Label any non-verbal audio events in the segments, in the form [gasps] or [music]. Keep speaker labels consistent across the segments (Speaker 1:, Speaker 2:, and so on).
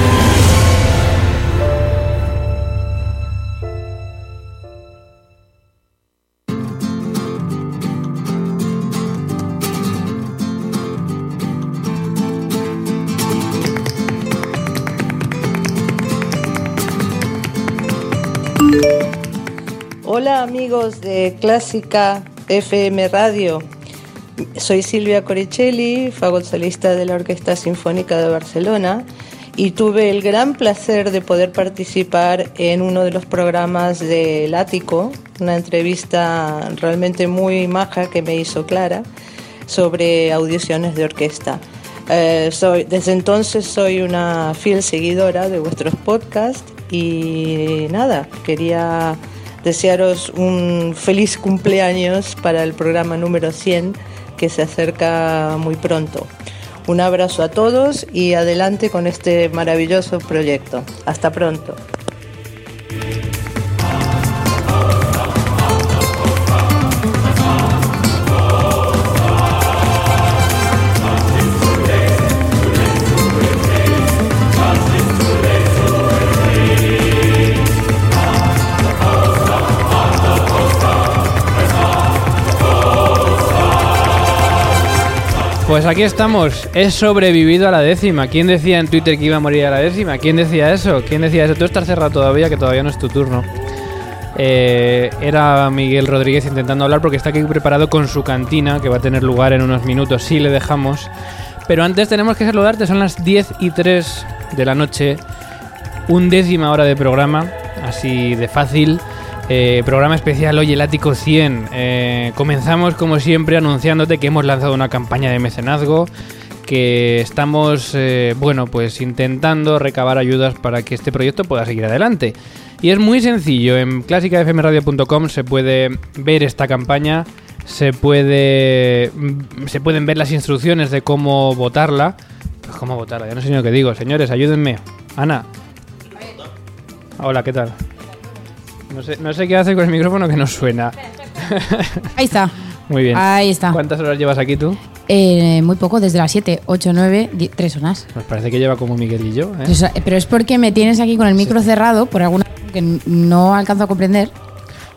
Speaker 1: musicafmradio.com.
Speaker 2: Hola amigos de Clásica FM Radio. Soy Silvia Corichelli, fagotsolista de la Orquesta Sinfónica de Barcelona y tuve el gran placer de poder participar en uno de los programas del Ático, una entrevista realmente muy maja que me hizo Clara sobre audiciones de orquesta. Eh, soy, desde entonces soy una fiel seguidora de vuestros podcasts y nada, quería desearos un feliz cumpleaños para el programa número 100 que se acerca muy pronto. Un abrazo a todos y adelante con este maravilloso proyecto. Hasta pronto.
Speaker 3: Pues aquí estamos, he sobrevivido a la décima. ¿Quién decía en Twitter que iba a morir a la décima? ¿Quién decía eso? ¿Quién decía eso? Tú estás cerrado todavía, que todavía no es tu turno. Eh, era Miguel Rodríguez intentando hablar porque está aquí preparado con su cantina, que va a tener lugar en unos minutos si le dejamos. Pero antes tenemos que saludarte, son las 10 y 3 de la noche, un décima hora de programa, así de fácil. Eh, programa especial Hoy el Ático 100. Eh, comenzamos como siempre anunciándote que hemos lanzado una campaña de mecenazgo, que estamos, eh, bueno, pues intentando recabar ayudas para que este proyecto pueda seguir adelante. Y es muy sencillo, en clásicafmradio.com se puede ver esta campaña, se, puede, mm, se pueden ver las instrucciones de cómo votarla. Pues cómo votarla, ya no sé ni lo que digo. Señores, ayúdenme. Ana. Hola, ¿qué tal? No sé, no sé qué hace con el micrófono que no suena.
Speaker 4: Ahí está.
Speaker 3: Muy bien.
Speaker 4: Ahí está.
Speaker 3: ¿Cuántas horas llevas aquí tú?
Speaker 4: Eh, muy poco, desde las 7, 8, 9, 3 horas.
Speaker 3: Nos Pues parece que lleva como Miguel y yo. ¿eh?
Speaker 4: Tres horas. Pero es porque me tienes aquí con el micro cerrado por alguna razón que n- no alcanzo a comprender.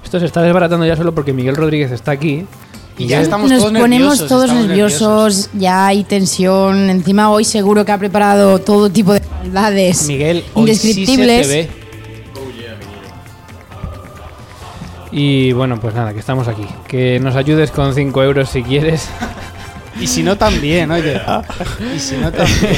Speaker 3: Esto se está desbaratando ya solo porque Miguel Rodríguez está aquí.
Speaker 5: Y ya estamos
Speaker 4: Nos
Speaker 5: todos
Speaker 4: ponemos
Speaker 5: nerviosos,
Speaker 4: todos
Speaker 5: estamos
Speaker 4: nerviosos, ya hay tensión. Encima hoy seguro que ha preparado todo tipo de maldades
Speaker 3: Miguel, hoy sí se
Speaker 4: indescriptibles.
Speaker 3: te ve. Y bueno, pues nada, que estamos aquí. Que nos ayudes con 5 euros si quieres. [laughs]
Speaker 5: Y si no, también,
Speaker 6: [laughs]
Speaker 5: oye. Y si no, también.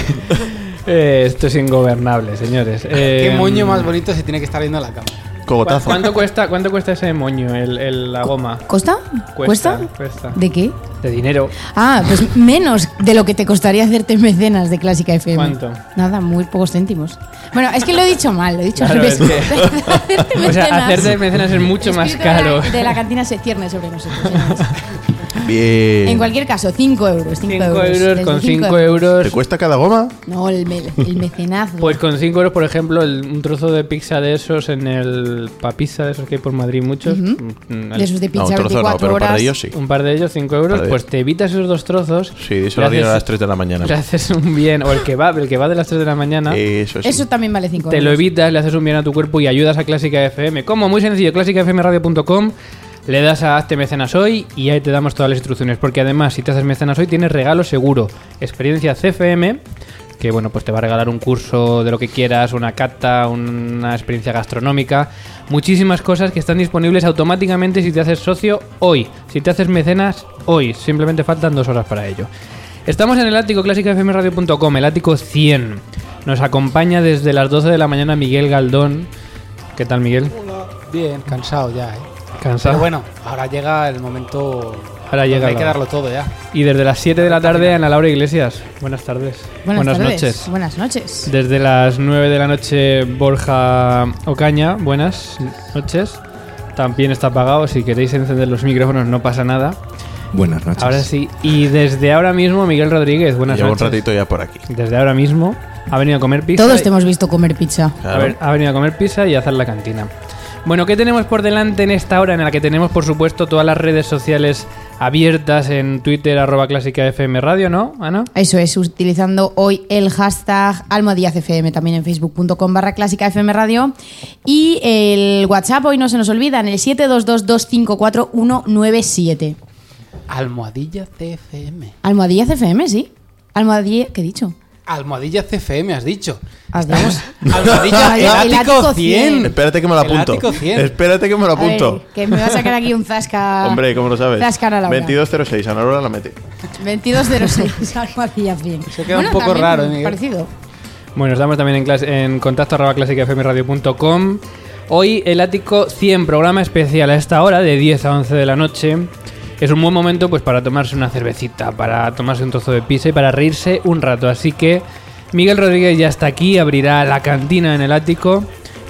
Speaker 3: Eh, esto es ingobernable, señores.
Speaker 5: Qué
Speaker 3: Eh,
Speaker 6: em,
Speaker 5: moño más bonito se tiene que estar viendo la cámara.
Speaker 3: ¿cu-
Speaker 6: Cogotazo.
Speaker 3: ¿Cuánto cuesta, ¿Cuánto cuesta ese moño, el, el- la goma?
Speaker 4: ¿Costa? ¿Cuesta?
Speaker 3: Cuesta.
Speaker 4: ¿De qué?
Speaker 3: De dinero.
Speaker 4: Ah, pues menos de lo que te costaría hacerte mecenas de Clásica FM.
Speaker 3: ¿Cuánto?
Speaker 4: Nada, muy pocos céntimos. Bueno, es que lo he dicho mal, lo he dicho
Speaker 3: Claro,
Speaker 4: al revés. [laughs]
Speaker 3: es que- [laughs]
Speaker 4: Hacerte
Speaker 3: O sea,
Speaker 4: mecenas.
Speaker 3: hacerte mecenas es mucho
Speaker 4: El
Speaker 3: más
Speaker 4: espíritu de la-
Speaker 3: caro.
Speaker 4: De la, cantina se cierne sobre nosotros.
Speaker 6: [laughs]
Speaker 4: señores.
Speaker 6: Bien.
Speaker 4: en cualquier caso, 5 euros. 5
Speaker 3: 5
Speaker 4: euros.
Speaker 3: euros,
Speaker 4: desde
Speaker 3: con
Speaker 4: cinco
Speaker 3: 5 euros.
Speaker 6: ¿Te cuesta cada goma?
Speaker 4: No, el, me- el mecenazgo.
Speaker 3: Pues con 5 euros, por ejemplo, el- un trozo de pizza de esos en el papizza de esos que hay por Madrid muchos. mm,
Speaker 4: de esos de
Speaker 6: No,
Speaker 4: pizza
Speaker 6: un trozo
Speaker 4: 24
Speaker 6: no, pero
Speaker 4: horas.
Speaker 6: para ellos sí.
Speaker 3: Un par de ellos, 5 euros,
Speaker 6: Par de-
Speaker 3: pues te evitas esos dos trozos.
Speaker 6: Sí, de eso
Speaker 3: le
Speaker 6: lo dieron a
Speaker 3: haces-
Speaker 6: las 3 de la mañana.
Speaker 3: le haces [laughs] un bien, o el que va, el que va de las 3 de la mañana.
Speaker 6: Eso sí.
Speaker 4: Eso también vale 5 euros.
Speaker 3: Te lo evitas, le haces un bien a tu cuerpo y ayudas a Clásica FM. Como muy sencillo, clásicafmradio.com, le das a Hazte Mecenas Hoy y ahí te damos todas las instrucciones. Porque además, si te haces Mecenas Hoy, tienes regalo seguro. Experiencia CFM, que bueno, pues te va a regalar un curso de lo que quieras, una cata, una experiencia gastronómica. Muchísimas cosas que están disponibles automáticamente si te haces socio hoy. Si te haces mecenas hoy. Simplemente faltan dos horas para ello. Estamos en el ático clásicafmradio.com, el ático 100. Nos acompaña desde las 12 de la mañana Miguel Galdón. ¿Qué tal, Miguel?
Speaker 5: Bien, cansado ya, eh.
Speaker 3: ¿Cansado?
Speaker 5: Pero bueno, ahora llega el momento.
Speaker 3: Ahora llega
Speaker 5: donde Hay
Speaker 3: la
Speaker 5: que
Speaker 3: hora.
Speaker 5: darlo todo ya.
Speaker 3: Y desde las 7 de la tarde Ana Laura Iglesias. Buenas tardes.
Speaker 4: Buenas, tardes.
Speaker 3: noches.
Speaker 4: Buenas noches.
Speaker 3: Desde las 9 de la noche Borja Ocaña. Buenas noches. También está apagado. Si queréis encender los micrófonos no pasa nada.
Speaker 7: Buenas noches.
Speaker 3: Ahora sí. Y desde ahora mismo Miguel Rodríguez. Buenas
Speaker 6: Llevo un
Speaker 3: noches.
Speaker 6: ratito ya por aquí.
Speaker 3: Desde ahora mismo ha venido a comer pizza.
Speaker 4: Todos
Speaker 3: y-
Speaker 4: te hemos visto comer pizza.
Speaker 3: A
Speaker 6: Claro.
Speaker 3: ver, ha venido a comer pizza y a hacer la cantina. Bueno, ¿qué tenemos por delante en esta hora en la que tenemos, por supuesto, todas las redes sociales abiertas en Twitter, arroba clásica FM Radio, ¿no, Ana?
Speaker 4: Eso es, utilizando hoy el hashtag AlmoDíazFM, también en facebook.com barra clásica FM Radio. Y el WhatsApp hoy no se nos olvida, en el 722254197.
Speaker 5: Almohadilla CFM.
Speaker 4: Almohadilla CFM, sí. Almohadilla, ¿qué he dicho?
Speaker 5: Almohadilla CFM, has dicho.
Speaker 4: Has
Speaker 6: [laughs]
Speaker 5: Estamos.
Speaker 4: dicho.
Speaker 5: Almohadilla,
Speaker 4: El-
Speaker 5: el,
Speaker 4: el
Speaker 5: ático
Speaker 4: ático
Speaker 5: 100.
Speaker 4: 100.
Speaker 6: Espérate que me lo
Speaker 5: El
Speaker 6: apunto.
Speaker 5: ático 100.
Speaker 6: Espérate que me lo
Speaker 4: A ver, Ah.
Speaker 6: apunto.
Speaker 4: que me va a sacar aquí un zasca.
Speaker 6: Hombre, ¿cómo lo sabes?
Speaker 4: Zasca a la hora.
Speaker 6: 2206, Ana Laura la mete.
Speaker 4: [laughs] 2206, Almohadilla 100.
Speaker 5: Se queda un poco raro, Miguel.
Speaker 4: Parecido.
Speaker 3: Bueno, estamos también en, clase- en contacto arroba clásicafmradio.com. Hoy el ático 100, programa especial a esta hora, de 10 a 11 de la noche. Es un buen momento pues para tomarse una cervecita, para tomarse un trozo de pizza y para reírse un rato. Así que Miguel Rodríguez ya está aquí, abrirá la cantina en el ático.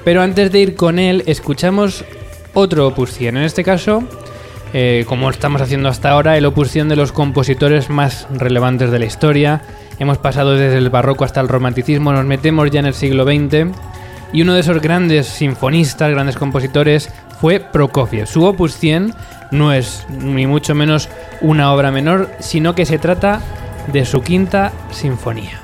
Speaker 3: Pero antes de ir con él, escuchamos otro Opus 100. En este caso, eh, como estamos haciendo hasta ahora, el Opus 100 de los compositores más relevantes de la historia. Hemos pasado desde el barroco hasta el romanticismo, nos metemos ya en el siglo XX. Y uno de esos grandes sinfonistas, grandes compositores, fue Prokofiev. Su Opus 100 no es ni mucho menos una obra menor, sino que se trata de su quinta sinfonía.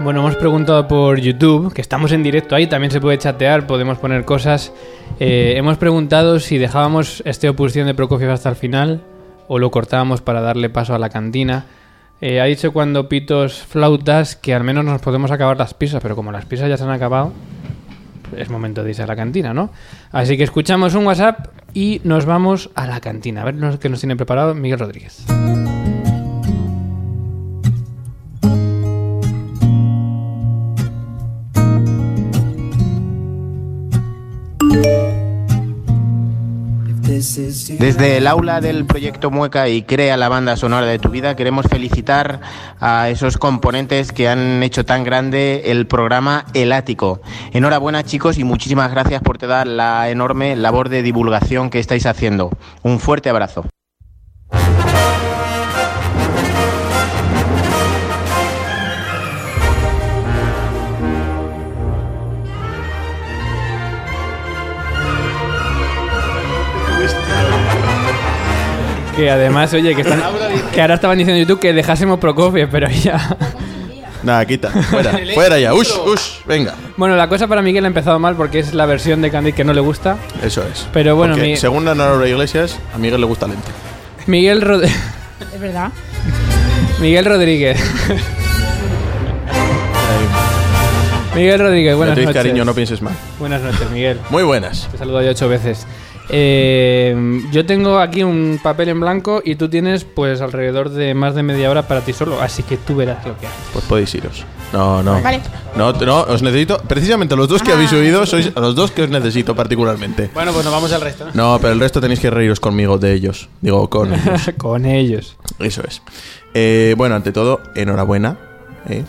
Speaker 3: Bueno, hemos preguntado por YouTube, que estamos en directo ahí, también se puede chatear, podemos poner cosas. Eh, hemos preguntado si dejábamos este Opus 100 de Prokofiev hasta el final o lo cortábamos para darle paso a la cantina. Eh, ha dicho cuando pitos flautas que al menos nos podemos acabar las pizzas, pero como las pizzas ya se han acabado, es momento de irse a la cantina, ¿no? Así que escuchamos un WhatsApp y nos vamos a la cantina. A ver lo que nos tiene preparado Miguel Rodríguez.
Speaker 1: Desde el aula del proyecto Mueca y Crea la banda sonora de tu vida, queremos felicitar a esos componentes que han hecho tan grande el programa El Ático. Enhorabuena chicos y muchísimas gracias por toda la enorme labor de divulgación que estáis haciendo. Un fuerte abrazo.
Speaker 3: Que además, oye, que, están- que ahora estaban diciendo en YouTube que dejásemos Prokofiev, pero ya...
Speaker 6: Nada,
Speaker 3: [laughs]
Speaker 6: quita. Fuera, fuera ya. Ush, ush. Venga.
Speaker 3: Bueno, la cosa para Miguel ha empezado mal porque es la versión de Candid que no le gusta.
Speaker 6: Eso es.
Speaker 3: Pero bueno,
Speaker 6: Porque
Speaker 3: mi-
Speaker 6: según Ana Iglesias, a Miguel le gusta lento.
Speaker 3: Miguel, Rod- [laughs]
Speaker 4: Es verdad.
Speaker 3: Miguel Rodríguez. [laughs] Miguel Rodríguez, buenas
Speaker 6: Beatriz,
Speaker 3: noches.
Speaker 6: cariño, no pienses mal.
Speaker 3: Buenas noches, Miguel.
Speaker 6: Muy buenas.
Speaker 3: Te he saludado ya ocho veces. Eh, yo tengo aquí un papel en blanco y tú tienes pues alrededor de más de media hora para ti solo, así que tú verás lo que haces.
Speaker 6: Pues podéis iros. No, no.
Speaker 4: Vale. Ah.
Speaker 6: No, no, os necesito. Precisamente los dos que habéis oído sois a los dos que os necesito particularmente.
Speaker 3: Bueno, pues nos vamos al resto.
Speaker 6: No, pero el resto tenéis que reíros conmigo de ellos. Digo, con ellos.
Speaker 3: [laughs]
Speaker 4: [laughs]
Speaker 3: Con ellos.
Speaker 6: Eso es. Eh, bueno, ante todo, enhorabuena. ¿eh?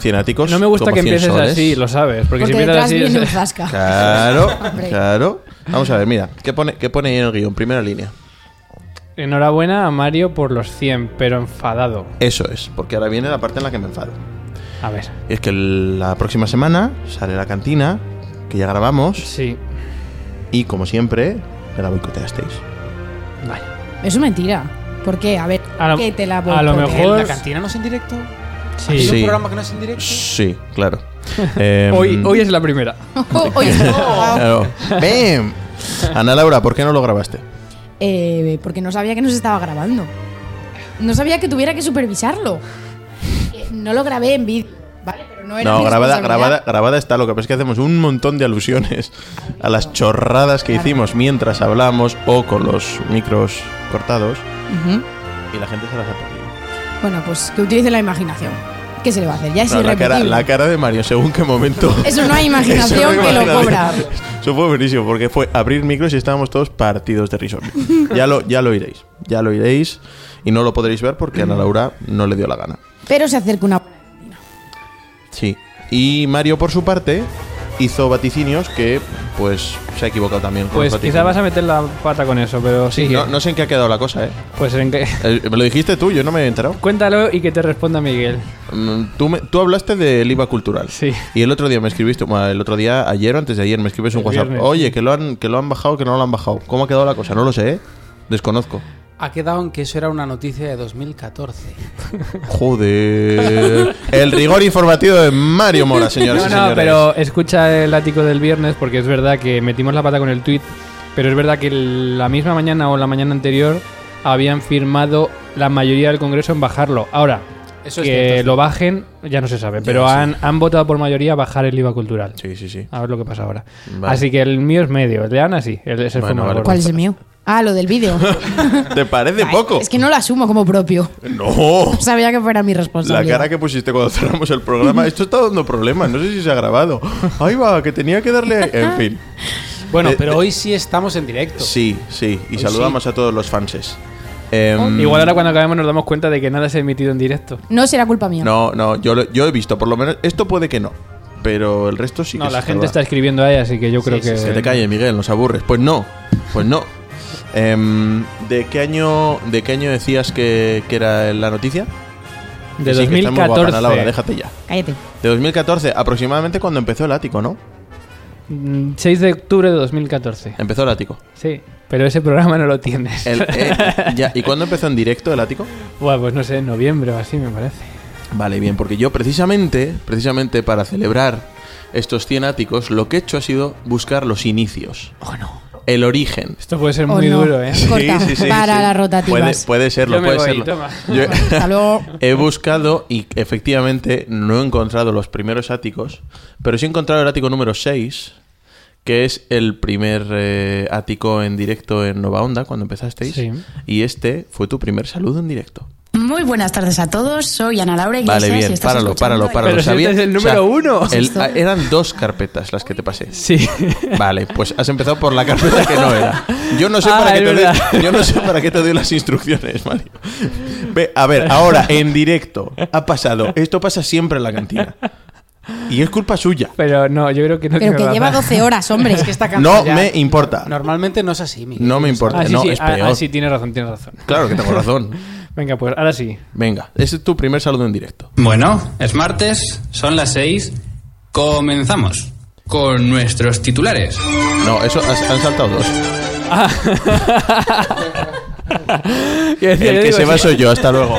Speaker 6: Cienáticos.
Speaker 3: No me gusta
Speaker 6: Pues
Speaker 3: que
Speaker 6: como cien
Speaker 3: empieces
Speaker 6: soles.
Speaker 3: así, lo sabes, porque,
Speaker 4: Porque
Speaker 3: si empiezas
Speaker 4: detrás
Speaker 3: así... [laughs]
Speaker 4: viene un zasca.
Speaker 6: Claro,
Speaker 4: [laughs] Hombre.
Speaker 6: claro. Vamos a ver, mira, ¿qué pone, qué pone ahí en el guión? Primera línea.
Speaker 3: Enhorabuena a Mario por los 100, pero enfadado.
Speaker 6: Eso es, porque ahora viene la parte en la que me enfado.
Speaker 3: A ver.
Speaker 6: Y es que el- la próxima semana sale la cantina, que ya grabamos,
Speaker 3: Sí.
Speaker 6: y como siempre, me la boicoteasteis.
Speaker 3: Vale.
Speaker 4: Es una mentira. ¿Por qué? A ver,
Speaker 3: A lo-
Speaker 4: que te la
Speaker 3: a lo
Speaker 4: boicoteen.
Speaker 3: mejor-
Speaker 5: Eh, ¿La cantina no es en directo?
Speaker 3: Sí.
Speaker 5: ¿Hay un
Speaker 6: Sí.
Speaker 5: programa que no es en directo?
Speaker 6: Sí,
Speaker 5: [laughs]
Speaker 6: claro. Em,
Speaker 3: Hoy, hoy es la primera. [laughs]
Speaker 4: Oye,
Speaker 6: [laughs] Claro. ¡Bem! Ana Laura, ¿por qué no lo grabaste?
Speaker 4: eh, porque no sabía que nos estaba grabando. No sabía que tuviera que supervisarlo. Eh, No lo grabé en vídeo. Vale, pero no era
Speaker 6: No,
Speaker 4: mi
Speaker 6: grabada,
Speaker 4: responsabilidad.
Speaker 6: grabada, grabada está. Lo que pasa es que hacemos un montón de alusiones a las chorradas que hicimos mientras hablamos o con los micros cortados
Speaker 4: Ujú.
Speaker 6: y la gente se las ha perdido.
Speaker 4: Bueno, pues que utilice la imaginación. ¿Qué se le va a hacer? Ya es
Speaker 6: Claro, la, cara,
Speaker 4: irrepetible.
Speaker 6: la cara de Mario, según qué momento.
Speaker 4: [laughs] Eso no hay imaginación
Speaker 6: [laughs] Eso no hay
Speaker 4: que lo cobra.
Speaker 6: imaginación. Eso fue buenísimo, porque fue abrir micros y estábamos todos partidos
Speaker 4: [laughs]
Speaker 6: de risa. Ya lo, ya lo iréis, ya lo iréis y no lo podréis ver porque a Ana Laura no le dio la gana.
Speaker 4: Pero se acerca una...
Speaker 6: Sí. Y Mario, por su parte, hizo vaticinios que, pues, se ha equivocado también. con
Speaker 3: Pues
Speaker 6: los
Speaker 3: quizá
Speaker 6: vaticinios.
Speaker 3: vas a meter la pata con eso, pero sí.
Speaker 6: Sí,
Speaker 3: que-
Speaker 6: no, no sé en qué ha quedado la cosa, ¿eh?
Speaker 3: Pues en que-
Speaker 6: Eh, Me lo dijiste tú, yo no me he enterado.
Speaker 3: Cuéntalo y que te responda Miguel.
Speaker 6: Mm, Tú, me- tú hablaste del IVA cultural.
Speaker 3: Sí.
Speaker 6: Y el otro día me escribiste, bueno, el otro día, ayer o antes de ayer, me escribes un
Speaker 3: El
Speaker 6: WhatsApp.
Speaker 3: viernes.
Speaker 6: Oye, que lo, han, que lo han bajado, que no lo han bajado. ¿Cómo ha quedado la cosa? No lo sé, ¿eh? Desconozco.
Speaker 5: Ha quedado en que eso era una noticia de 2014.
Speaker 3: [laughs]
Speaker 6: Joder. el rigor informativo de Mario Mora, señores.
Speaker 3: No,
Speaker 6: y
Speaker 3: no,
Speaker 6: señores.
Speaker 3: pero escucha el ático del viernes porque es verdad que metimos la pata con el tweet, pero es verdad que el- la misma mañana o la mañana anterior habían firmado la mayoría del Congreso en bajarlo. Ahora,
Speaker 5: Eso es
Speaker 3: que
Speaker 5: cierto, es
Speaker 3: lo bajen, ya no se sabe, pero
Speaker 6: sí.
Speaker 3: han, han votado por mayoría bajar el IVA cultural.
Speaker 6: Sí, sí, sí.
Speaker 3: A ver lo que pasa ahora.
Speaker 6: Vale.
Speaker 3: Así que el mío es medio, el de Ana sí, el ese fue
Speaker 6: Bueno,
Speaker 3: más
Speaker 6: vale, pues.
Speaker 3: gordo.
Speaker 4: ¿Cuál es el mío? Ah, lo del
Speaker 6: [laughs]
Speaker 4: vídeo.
Speaker 3: Ah.
Speaker 6: ¿Te parece poco?
Speaker 4: Es que no lo asumo como propio.
Speaker 6: No.
Speaker 4: No sabía que fuera mi
Speaker 6: La
Speaker 4: responsabilidad.
Speaker 6: cara que pusiste cuando cerramos el programa, esto está dando problemas, no sé si se ha grabado. Ahí va, que tenía que darle...
Speaker 3: [laughs]
Speaker 6: En fin.
Speaker 5: Bueno,
Speaker 6: Eh,
Speaker 5: pero hoy sí estamos en directo.
Speaker 6: Sí, sí, y
Speaker 5: Hoy
Speaker 6: saludamos a todos los fanses. Em,
Speaker 3: Igual ahora cuando acabemos nos damos cuenta de que nada se ha emitido en directo.
Speaker 4: No será culpa mía.
Speaker 6: No, no, yo, lo- yo he visto, por lo menos, esto puede que no, pero el resto sí que
Speaker 3: no, la
Speaker 6: se
Speaker 3: gente está
Speaker 6: salva.
Speaker 3: escribiendo ahí, así que yo creo
Speaker 5: sí,
Speaker 3: que...
Speaker 5: sí,
Speaker 6: Que te calle, Miguel, nos aburres. Pues no, pues no. Em, ¿de, qué año, ¿De qué año decías que, que era la noticia?
Speaker 3: De
Speaker 6: Que sí, que está muy guapa,
Speaker 3: 2014.
Speaker 6: Ana Laura, déjate ya.
Speaker 4: Cállate.
Speaker 6: De 2014, aproximadamente cuando empezó el ático, ¿no?
Speaker 3: Mm, 6 de octubre de 2014.
Speaker 6: Empezó el ático. eh,
Speaker 3: Sí, pero ese programa no lo tienes. [laughs]
Speaker 6: El- eh, ya, ¿Y cuándo empezó en directo el ático?
Speaker 3: Buah, pues no sé, en noviembre o así me parece.
Speaker 6: Vale, bien, porque yo precisamente, precisamente para celebrar estos 100 áticos, lo que he hecho ha sido buscar los inicios. El origen.
Speaker 3: Esto puede ser
Speaker 4: O
Speaker 3: muy
Speaker 4: Oh, no.
Speaker 3: duro, ¿eh? [laughs]
Speaker 4: Corta, para las rotativas.
Speaker 6: Puede, puede serlo,
Speaker 3: Yo me
Speaker 6: puede
Speaker 3: voy,
Speaker 6: serlo.
Speaker 3: toma.
Speaker 6: Yo-
Speaker 3: [laughs]
Speaker 4: Hasta luego.
Speaker 6: He buscado y efectivamente no he encontrado los primeros áticos, pero sí he encontrado el ático número 6, que es el primer eh, ático en directo en Nova Onda cuando empezasteis.
Speaker 3: Sí.
Speaker 6: Y este fue tu primer saludo en directo.
Speaker 7: [laughs] Muy buenas tardes a todos, soy Ana Laura Iglesias
Speaker 6: Vale,
Speaker 7: y
Speaker 6: bien,
Speaker 7: estás
Speaker 6: páralo,
Speaker 7: escuchando
Speaker 6: páralo, páralo.
Speaker 3: Pero si
Speaker 6: Sabía-
Speaker 3: este es el número uno.
Speaker 6: el- ah, eran dos carpetas las que te pasé.
Speaker 3: Sí.
Speaker 6: Vale, pues has empezado por la carpeta que no era. Yo no sé,
Speaker 3: Ah,
Speaker 6: para,
Speaker 3: es
Speaker 6: qué te
Speaker 3: verdad.
Speaker 6: doy, [laughs] yo no sé para qué te doy las instrucciones, Mario. Ve, a ver, ahora en directo ha pasado. Esto pasa siempre en la cantina. Y es culpa suya.
Speaker 3: Pero no, yo creo que no
Speaker 4: Pero
Speaker 3: tiene
Speaker 4: que lleva
Speaker 3: razón.
Speaker 4: 12 horas, hombre. Es que
Speaker 6: [laughs]
Speaker 4: está
Speaker 6: No me importa.
Speaker 5: Normalmente no es así, Miguel.
Speaker 6: No me
Speaker 3: [laughs]
Speaker 6: importa.
Speaker 3: Ah, sí,
Speaker 6: no,
Speaker 3: sí,
Speaker 6: es
Speaker 3: ah,
Speaker 6: peor.
Speaker 3: ah, sí, tiene razón, tiene razón.
Speaker 6: Claro que tengo razón.
Speaker 3: Venga, pues ahora sí. [laughs]
Speaker 6: Venga, ese es tu primer saludo en directo.
Speaker 8: Bueno, es martes, son las 6. Comenzamos con nuestros titulares.
Speaker 6: No, eso has- han
Speaker 5: [laughs]
Speaker 6: saltado dos. El que se va soy yo,
Speaker 5: [laughs]
Speaker 6: hasta luego.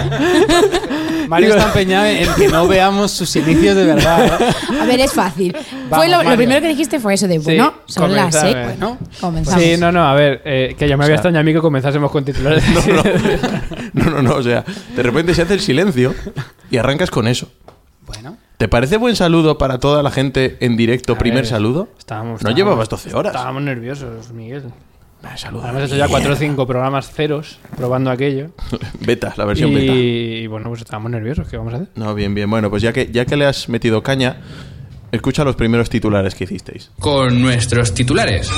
Speaker 5: Mario está empeñado en que no veamos sus inicios de verdad. ¿eh?
Speaker 4: A ver, es fácil.
Speaker 5: Vamos,
Speaker 4: fue lo, lo
Speaker 5: Mario.
Speaker 4: primero que dijiste fue eso de, bueno, son las 6.
Speaker 3: comenzame.
Speaker 5: Bueno,
Speaker 4: comenzamos.
Speaker 3: Sí, no, no, a ver, eh, que ya me había extrañado a mí que comenzásemos con titulares.
Speaker 6: [laughs]
Speaker 3: [laughs]
Speaker 6: No, no. no, no, no, o sea, de repente se hace el silencio y arrancas con eso.
Speaker 5: bueno.
Speaker 6: ¿Te parece buen saludo para toda la gente en directo?
Speaker 3: A
Speaker 6: ¿Primer
Speaker 3: ver,
Speaker 6: saludo?
Speaker 3: Estábamos,
Speaker 6: no
Speaker 3: estábamos-
Speaker 6: llevabas 12 horas.
Speaker 3: Estábamos nerviosos, Miguel.
Speaker 6: Ah, saluda.
Speaker 3: Hemos hecho ya 4 o 5 programas ceros probando aquello.
Speaker 6: Beta, la versión beta.
Speaker 3: Y, y bueno, pues estábamos nerviosos. ¿Qué vamos a hacer?
Speaker 6: No, bien, bien. Bueno, pues ya que, ya que le has metido caña, escucha los primeros titulares que hicisteis.
Speaker 8: Con nuestros titulares.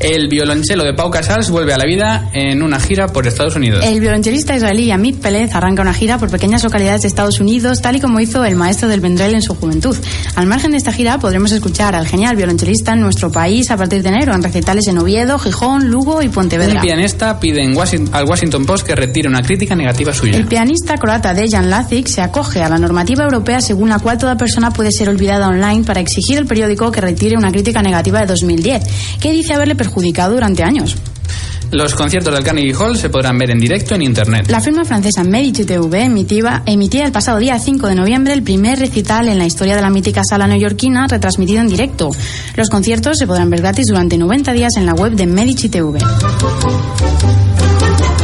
Speaker 8: El violonchelo de Pau Casals vuelve a la vida en una gira por Estados Unidos.
Speaker 7: El violonchelista israelí Amit Pelez arranca una gira por pequeñas localidades de Estados Unidos, tal y como hizo el maestro del vendrell en su juventud. Al margen de esta gira podremos escuchar al genial violonchelista en nuestro país a partir de enero en recitales en Oviedo, Gijón, Lugo y
Speaker 8: Un
Speaker 7: Pontevedra.
Speaker 8: pianista pide en Washi- al Washington Post que retire una crítica negativa suya.
Speaker 7: El pianista croata Dejan Lazic se acoge a la normativa europea según la cual toda persona puede ser olvidada online para exigir al periódico que retire una crítica negativa de 2010, que dice haberle perjudicado durante años.
Speaker 8: Los conciertos del Carnegie Hall se podrán ver en directo en internet.
Speaker 7: La firma francesa Medici TV emitía, emitía el pasado día 5 de noviembre el primer recital en la historia de la mítica sala neoyorquina retransmitido en directo. Los conciertos se podrán ver gratis durante 90 días en la web de Medici TV.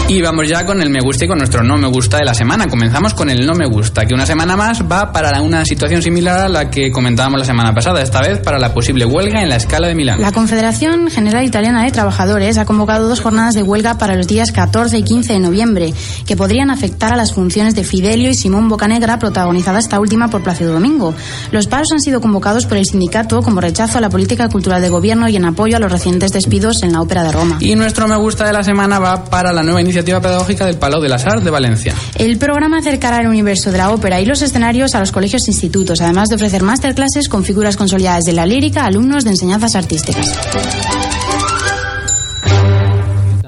Speaker 8: Y vamos ya con el me gusta y con nuestro no me gusta de la semana. Comenzamos con el no me gusta, que una semana más va para la- una situación similar a la que comentábamos la semana pasada, esta vez para la posible huelga en la escala de Milán.
Speaker 7: La Confederación General Italiana de Trabajadores ha convocado dos jornadas de huelga para los días 14 y 15 de noviembre, que podrían afectar a las funciones de Fidelio y Simón Bocanegra, protagonizada esta última por Plácido Domingo. Los paros han sido convocados por el sindicato como rechazo a la política cultural de gobierno y en apoyo a los recientes despidos en la Ópera de Roma.
Speaker 8: Y nuestro me gusta de la semana va para la nueva iniciativa pedagógica del Palau de las Arts de Valencia.
Speaker 7: El programa acercará el universo de la ópera y los escenarios a los colegios e institutos, además de ofrecer masterclasses con figuras consolidadas de la lírica a alumnos de enseñanzas artísticas.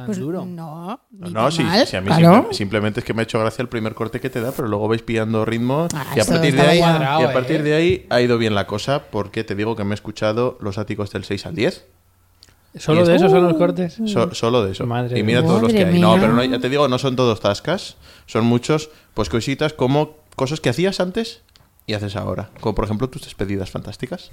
Speaker 4: Pues, no, ni
Speaker 6: No,
Speaker 4: tan
Speaker 6: sí,
Speaker 4: mal,
Speaker 6: sí, a mí
Speaker 4: claro.
Speaker 6: simple- simplemente es que me ha hecho gracia el primer corte que te da, pero luego vais pillando ritmo
Speaker 4: Ah,
Speaker 6: y, a
Speaker 4: esto
Speaker 6: partir de
Speaker 4: estaba
Speaker 6: ahí,
Speaker 4: ya-
Speaker 6: y
Speaker 5: Cuadrado,
Speaker 6: a partir
Speaker 5: eh.
Speaker 6: de ahí ha ido bien la cosa, porque te digo que me he escuchado los áticos del 6 al 10,
Speaker 3: ¿Solo de eso son los cortes?
Speaker 6: so- solo de eso.
Speaker 3: Mm. Madre
Speaker 6: y mira
Speaker 3: mía.
Speaker 6: todos los que
Speaker 4: Madre
Speaker 6: hay. No,
Speaker 4: mía.
Speaker 6: pero no hay- ya te digo, no son todos tascas, son muchos, pues cositas como cosas que hacías antes y haces ahora, como por ejemplo tus despedidas fantásticas.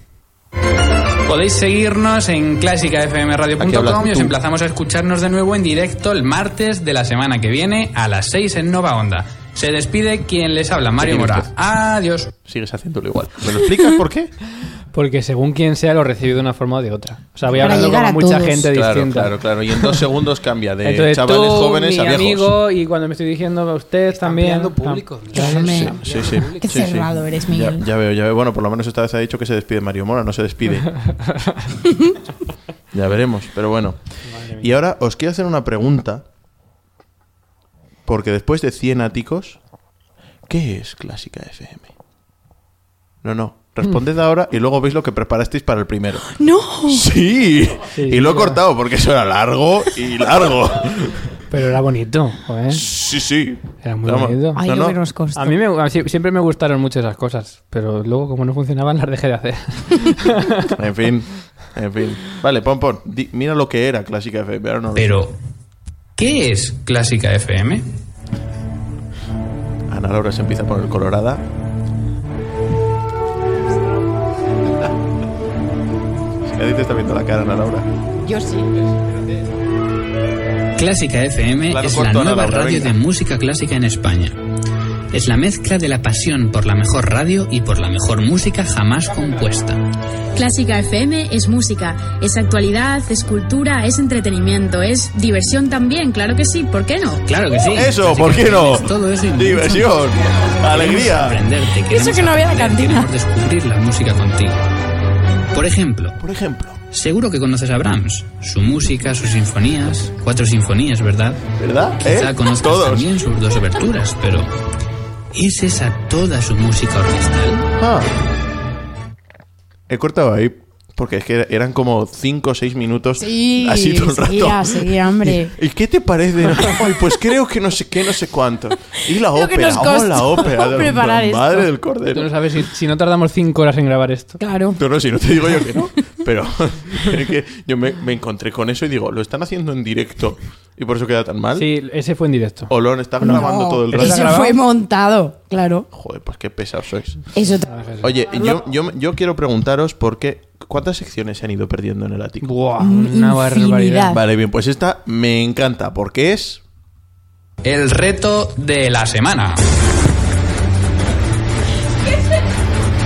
Speaker 8: Podéis seguirnos en
Speaker 6: Aquí hablas
Speaker 8: clásicafmradio.com
Speaker 6: tú.
Speaker 8: y os emplazamos a escucharnos de nuevo en directo el martes de la semana que viene a las 6 en Nova Onda. Se despide quien les habla, Mario
Speaker 6: Sí,
Speaker 8: Mora.
Speaker 6: usted.
Speaker 8: Adiós.
Speaker 6: Sigues haciéndolo igual. ¿Me lo explicas
Speaker 3: [laughs]
Speaker 6: por qué?
Speaker 3: Porque según quien sea, lo recibe de una forma o de otra. O sea, voy
Speaker 4: Para
Speaker 3: hablando
Speaker 4: llegar
Speaker 3: con
Speaker 4: a
Speaker 3: mucha
Speaker 4: todos.
Speaker 3: gente
Speaker 6: Claro,
Speaker 3: distinta.
Speaker 6: claro, claro. Y en dos segundos cambia de
Speaker 3: Entonces,
Speaker 6: chavales
Speaker 3: tú,
Speaker 6: jóvenes
Speaker 3: mi
Speaker 6: a viejos.
Speaker 3: amigo, y cuando me estoy diciendo a ustedes también.
Speaker 5: ampliando público,
Speaker 3: Ah,
Speaker 5: mira.
Speaker 3: claro.
Speaker 4: Hombre,
Speaker 6: Sí, sí, sí.
Speaker 4: Qué
Speaker 6: Sí, sí.
Speaker 4: cerrado eres,
Speaker 6: Ya,
Speaker 4: Miguel.
Speaker 6: ya veo, ya veo. Bueno, por lo menos esta vez ha dicho que se despide Mario Mora, no
Speaker 4: [laughs]
Speaker 6: se despide. ya veremos, pero bueno. Y ahora os quiero hacer una pregunta. Porque después de 100 áticos, ¿qué es Clásica FM? No, no. Responded ahora y luego veis lo que preparasteis para el primero.
Speaker 4: Mm. [gasps] No.
Speaker 6: Sí.
Speaker 3: Sí,
Speaker 6: y lo he
Speaker 3: ya.
Speaker 6: cortado porque eso era largo
Speaker 3: [laughs]
Speaker 6: y largo.
Speaker 3: Pero era bonito, joder.
Speaker 6: Sí, sí.
Speaker 3: Era muy
Speaker 6: Vamos.
Speaker 3: bonito.
Speaker 4: Ay,
Speaker 6: No,
Speaker 4: lo
Speaker 6: no.
Speaker 4: que nos costó.
Speaker 3: A mí me, a- sie- siempre me gustaron mucho esas cosas, pero luego como no funcionaban las dejé de
Speaker 6: [laughs]
Speaker 3: hacer.
Speaker 6: En fin, en fin. Vale, pon, pon. Di- mira lo que era Clásica FM. ahora no lo sé.
Speaker 8: Pero, ¿Qué es Clásica FM?
Speaker 6: Ana Laura se empieza a poner colorada. [laughs] Nadie te está viendo la cara, Ana Laura.
Speaker 4: Yo sí.
Speaker 8: Clásica FM
Speaker 6: Claro,
Speaker 8: es la
Speaker 6: corto, Ana
Speaker 8: nueva
Speaker 6: Laura,
Speaker 8: radio
Speaker 6: venga.
Speaker 8: de música clásica en España. Es la mezcla de la pasión por la mejor radio y por la mejor música jamás compuesta.
Speaker 7: Clásica FM es música, es actualidad, es cultura, es entretenimiento, es diversión también, claro que sí, ¿por qué no?
Speaker 8: Claro que sí.
Speaker 6: Eso,
Speaker 8: Clásica
Speaker 6: ¿por qué
Speaker 8: FM
Speaker 6: no?
Speaker 8: es todo eso y mucho
Speaker 6: Diversión, alegría.
Speaker 8: Aprenderte,
Speaker 4: Eso que no había la cantina.
Speaker 8: Queremos descubrir la música contigo. Por ejemplo,
Speaker 6: Por ejemplo,
Speaker 8: seguro que conoces a Brahms, su música, sus sinfonías, cuatro sinfonías, ¿verdad?
Speaker 6: ¿verdad?
Speaker 8: Quizá
Speaker 6: ¿Eh?
Speaker 8: conozcas
Speaker 6: Todos.
Speaker 8: también sus dos aberturas, pero ¿es esa toda su música orquestal?
Speaker 6: Ah. He cortado ahí porque es que eran como 5 o 6 minutos
Speaker 4: Sí,
Speaker 6: así todo el rato.
Speaker 4: seguía, seguía, hombre.
Speaker 6: ¿Y, y qué te parece? Ay, pues creo que no sé qué, no sé cuánto. Y la
Speaker 4: Creo que
Speaker 6: ópera,
Speaker 4: nos
Speaker 6: oh, la
Speaker 4: costó
Speaker 6: ópera.
Speaker 4: [laughs]
Speaker 6: de-
Speaker 4: preparar esto.
Speaker 6: madre del
Speaker 3: Tú no
Speaker 6: cordero.
Speaker 3: sabes si, si no tardamos cinco horas en grabar esto.
Speaker 4: Claro.
Speaker 6: Tú no, si no te digo yo que
Speaker 4: [laughs]
Speaker 6: no. Pero [laughs] es que yo me, me encontré con eso y digo, lo están haciendo en directo y por eso queda tan mal. Oh.
Speaker 3: Sí, ese fue en directo.
Speaker 6: O lo están grabando
Speaker 4: No,
Speaker 6: todo el rato.
Speaker 3: ¿Está
Speaker 4: Eso
Speaker 3: grabado?
Speaker 4: fue montado, claro.
Speaker 6: Joder, pues qué pesados sois.
Speaker 4: Eso ta-
Speaker 6: Oye, yo, yo, yo quiero preguntaros por qué. ¿Cuántas secciones se han ido perdiendo en el ático?
Speaker 3: Buah,
Speaker 4: Mm,
Speaker 3: una barbaridad.
Speaker 7: Ah.
Speaker 4: infinidad.
Speaker 6: Vale, bien, pues esta me encanta porque es.
Speaker 8: El reto de la semana.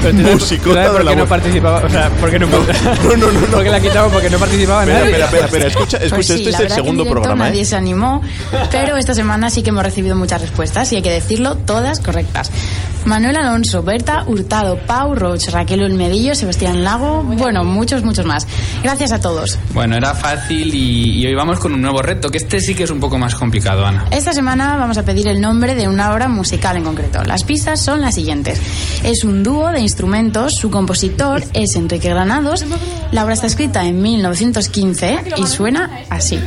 Speaker 3: Pero tú sabes-
Speaker 6: Músico,
Speaker 3: tú sabes
Speaker 6: dado
Speaker 3: ¿Por
Speaker 6: la
Speaker 3: qué no
Speaker 6: voz.
Speaker 3: participaba? O sea, ¿por qué no,
Speaker 6: [laughs] No, no, no, no.
Speaker 3: Porque la quitamos porque no participaba
Speaker 6: Espera,
Speaker 3: nadie.
Speaker 6: espera, espera, espera, escucha, escucha,
Speaker 7: Pues sí,
Speaker 6: este
Speaker 7: la
Speaker 6: es el
Speaker 7: verdad que en
Speaker 6: segundo
Speaker 7: directo
Speaker 6: programa,
Speaker 7: Nadie
Speaker 6: ¿eh?
Speaker 7: se animó, pero esta semana sí que hemos recibido muchas respuestas y hay que decirlo, todas correctas. Manuel Alonso, Berta Hurtado, Pau Roch, Raquel Olmedillo, Sebastián Lago, bueno, muchos, muchos más. Gracias a todos.
Speaker 8: Bueno, era fácil y, y hoy vamos con un nuevo reto, que este sí que es un poco más complicado, Ana.
Speaker 7: Esta semana vamos a pedir el nombre de una obra musical en concreto. Las pistas son las siguientes. Es un dúo de instrumentos, su compositor es Enrique Granados, la obra está escrita en 1915 y suena así.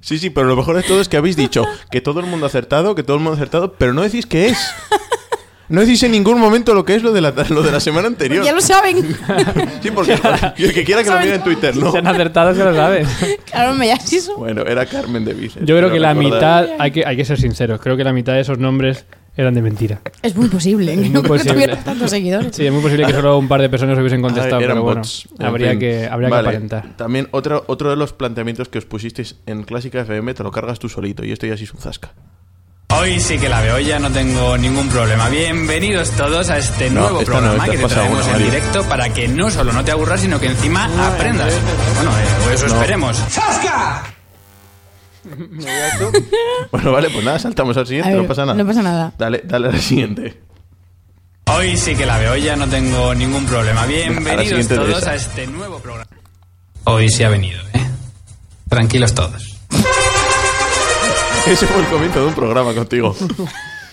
Speaker 6: Sí, sí, pero lo mejor de todo es que habéis dicho que todo el mundo ha acertado, que todo el mundo ha acertado, pero no decís qué es. No decís en ningún momento lo que es lo de la, lo de la semana
Speaker 7: [laughs]
Speaker 6: anterior.
Speaker 4: Ya lo saben. [laughs]
Speaker 6: Sí, porque y el que quiera que lo mire en
Speaker 3: [laughs]
Speaker 6: Twitter, ¿no?
Speaker 3: Se han acertado, se lo sabes.
Speaker 4: claro, me llamas eso.
Speaker 6: Bueno, era Carmen de Vives.
Speaker 3: Yo creo que la
Speaker 6: recordar.
Speaker 3: mitad, hay que, hay que ser sinceros, creo que la mitad de esos nombres eran de mentira.
Speaker 4: Es muy posible [laughs] que [laughs]
Speaker 3: muy
Speaker 4: no creo que
Speaker 3: posible.
Speaker 4: tuviera tantos seguidores.
Speaker 3: Sí, es muy posible que solo un par de personas hubiesen contestado,
Speaker 6: Ah, eran
Speaker 3: pero bueno,
Speaker 6: bots. En
Speaker 3: habría,
Speaker 6: fin.
Speaker 3: que, habría
Speaker 6: Vale.
Speaker 3: que aparentar.
Speaker 6: También otro, otro de los planteamientos que os pusisteis en Clásica FM te lo cargas tú solito y esto ya sí es un zasca. [laughs]
Speaker 8: Hoy sí que la veo, ya no tengo ningún problema. Bienvenidos todos a este
Speaker 6: No,
Speaker 8: nuevo
Speaker 6: esta
Speaker 8: programa
Speaker 6: no, esta
Speaker 8: que te
Speaker 6: has pasado
Speaker 8: traemos
Speaker 6: una,
Speaker 8: en
Speaker 6: Mario.
Speaker 8: directo para que no solo no te aburras, sino que encima aprendas. Bueno, eh, o eso esperemos.
Speaker 6: Bueno, vale, pues nada, saltamos al siguiente,
Speaker 4: A ver,
Speaker 6: no pasa nada.
Speaker 4: no pasa nada.
Speaker 6: Dale, dale al siguiente. [laughs]
Speaker 8: Hoy sí que la veo, ya no tengo ningún problema. Bienvenidos
Speaker 6: siguiente de
Speaker 8: todos
Speaker 6: esa.
Speaker 8: a este nuevo programa. Hoy sí ha venido, ¿eh? Tranquilos todos.
Speaker 6: Ese fue el comienzo de un
Speaker 4: [laughs]
Speaker 6: programa contigo.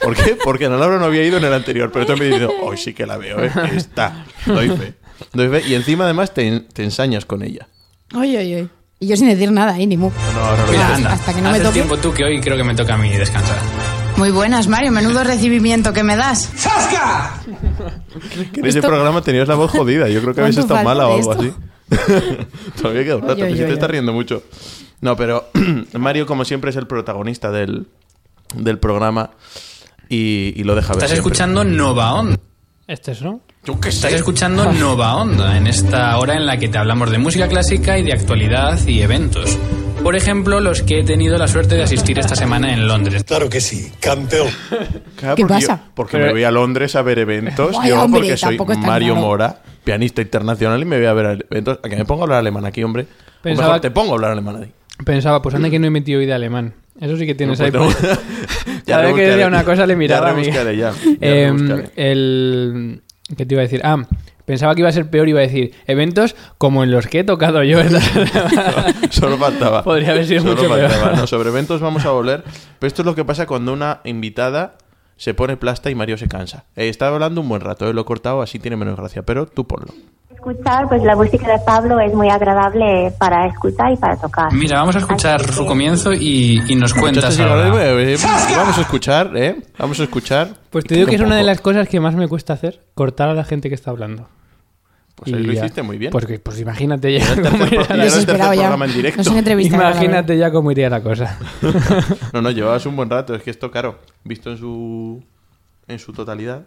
Speaker 6: ¿Por qué? Porque Ana Laura no había ido en el anterior, pero tú me dices, hoy sí que la veo, ¿eh? Está, doy fe. Doy fe. Y encima además te, te ensañas con ella.
Speaker 4: Oye, oye, oye. Y yo sin decir nada, ¿eh? Ni mu.
Speaker 8: Mira, anda,
Speaker 4: hasta que no me
Speaker 8: haces
Speaker 4: toque.
Speaker 8: tiempo tú que hoy creo que me toca a mí descansar.
Speaker 6: Pues
Speaker 7: Muy buenas, Mario, menudo recibimiento que me das.
Speaker 6: Que en ese
Speaker 4: Esto-
Speaker 6: programa tenías la voz jodida. Yo creo que habéis
Speaker 4: ¿Cuánto
Speaker 6: estado mala o algo
Speaker 4: falta de
Speaker 6: así. [laughs] Todavía queda un rato,
Speaker 4: Oye, oye,
Speaker 6: que sí te
Speaker 4: oye.
Speaker 6: está riendo mucho. No, pero [clears throat] Mario, como siempre, es el protagonista del, del programa y, y lo deja ver.
Speaker 8: Estás
Speaker 6: siempre.
Speaker 8: escuchando Nova Onda.
Speaker 3: Este es, ¿no?
Speaker 8: Estás escuchando Nova Onda, en esta hora en la que te hablamos de música clásica y de actualidad y eventos. Por ejemplo, los que he tenido la suerte de asistir esta semana en Londres.
Speaker 9: Claro que sí, campeón.
Speaker 6: Claro,
Speaker 4: ¿Qué
Speaker 6: porque
Speaker 4: pasa?
Speaker 6: yo- porque
Speaker 3: Pero-
Speaker 6: me voy a Londres a ver eventos.
Speaker 4: Vaya,
Speaker 6: yo
Speaker 4: hombre,
Speaker 6: porque soy
Speaker 4: tampoco es tan
Speaker 6: Mario
Speaker 4: raro.
Speaker 6: Mora, pianista internacional, y me voy a ver a eventos. A que me pongo a hablar alemán aquí, hombre. O
Speaker 3: Pensaba
Speaker 6: mejor
Speaker 3: que-
Speaker 6: te pongo a hablar alemán ahí.
Speaker 3: Pensaba, pues anda que no he metido hoy de alemán. Eso sí que tienes ahí.
Speaker 6: Pues tengo- [laughs]
Speaker 3: Cada vez que
Speaker 6: rebuscaré.
Speaker 3: decía una cosa le miraba
Speaker 6: Ya
Speaker 3: a mí.
Speaker 6: rebuscaré, ya. ya
Speaker 3: Eh,
Speaker 6: rebuscaré.
Speaker 3: el... ¿Qué te iba a decir? Ah, pensaba que iba a ser peor, iba a decir eventos como en los que he tocado yo. [laughs] ¿verdad?
Speaker 6: [laughs] Solo faltaba.
Speaker 3: Podría haber sido
Speaker 6: Solo
Speaker 3: mucho peor.
Speaker 6: faltaba. No, sobre eventos vamos a volver. Pero esto es lo que pasa cuando una invitada se pone plasta y Mario se cansa. Eh, estaba hablando un buen rato, eh, lo he cortado, así tiene menos gracia, pero tú ponlo.
Speaker 10: Escuchar, pues la música de Pablo es muy agradable para escuchar y para tocar.
Speaker 8: Mira, vamos a escuchar su comienzo y, y nos cuentas
Speaker 6: Entonces,
Speaker 8: ahora.
Speaker 6: ahora, eh, eh, vamos a escuchar, ¿eh? Vamos a escuchar.
Speaker 3: Pues te digo que es una de
Speaker 6: Tampoco.
Speaker 3: las cosas que más me cuesta hacer, cortar a la gente que está hablando.
Speaker 6: Pues ahí lo
Speaker 3: Y ya.
Speaker 6: hiciste muy bien.
Speaker 3: Pues, que- pues imagínate [laughs] ya.
Speaker 6: Era el
Speaker 3: cómo
Speaker 6: tercer
Speaker 3: iría la-
Speaker 6: pro- era el tercer
Speaker 4: Desesperado ya.
Speaker 6: programa en directo.
Speaker 4: No son entrevistas.
Speaker 3: Imagínate ya cómo iría la cosa.
Speaker 6: No, no, llevabas un buen rato. Es que esto, claro, visto en su, en su totalidad.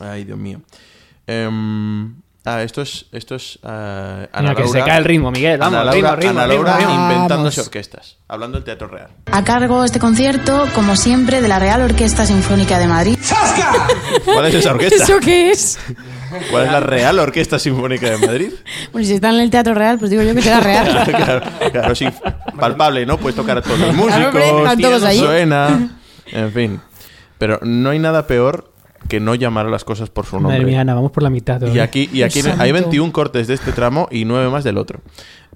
Speaker 6: Ay, Dios mío. Em, ah, esto es. Esto es ah, Ana
Speaker 3: Mira, que se
Speaker 6: Laura-
Speaker 3: cae el ritmo, Miguel. Vamos,
Speaker 6: Ana
Speaker 3: ritmo,
Speaker 6: Laura,
Speaker 3: ritmo,
Speaker 6: Ana
Speaker 3: ritmo,
Speaker 6: Laura
Speaker 3: ritmo.
Speaker 6: inventándose
Speaker 4: Vamos.
Speaker 6: orquestas. Hablando del teatro real.
Speaker 7: A cargo este concierto, como siempre, de la Real Orquesta Sinfónica de Madrid.
Speaker 6: ¿Cuál [laughs] es esa orquesta?
Speaker 4: ¿Eso qué es?
Speaker 6: ¿Cuál es la Real Orquesta Sinfónica de Madrid?
Speaker 4: Bueno, si está en el Teatro Real, pues digo yo que será real.
Speaker 6: [laughs] claro, claro, sí, palpable, ¿no? Puedes tocar a [laughs] todos los
Speaker 4: Claro,
Speaker 6: músicos,
Speaker 4: hombre, están todos
Speaker 6: tío,
Speaker 4: ahí.
Speaker 6: [laughs] suena, en fin. Pero no hay nada peor que no llamar a las cosas por su nombre.
Speaker 3: Madre mía, Ana, vamos por la mitad.
Speaker 6: Y aquí, y aquí
Speaker 4: Santo.
Speaker 6: hay 21 cortes de este tramo y 9 más del otro.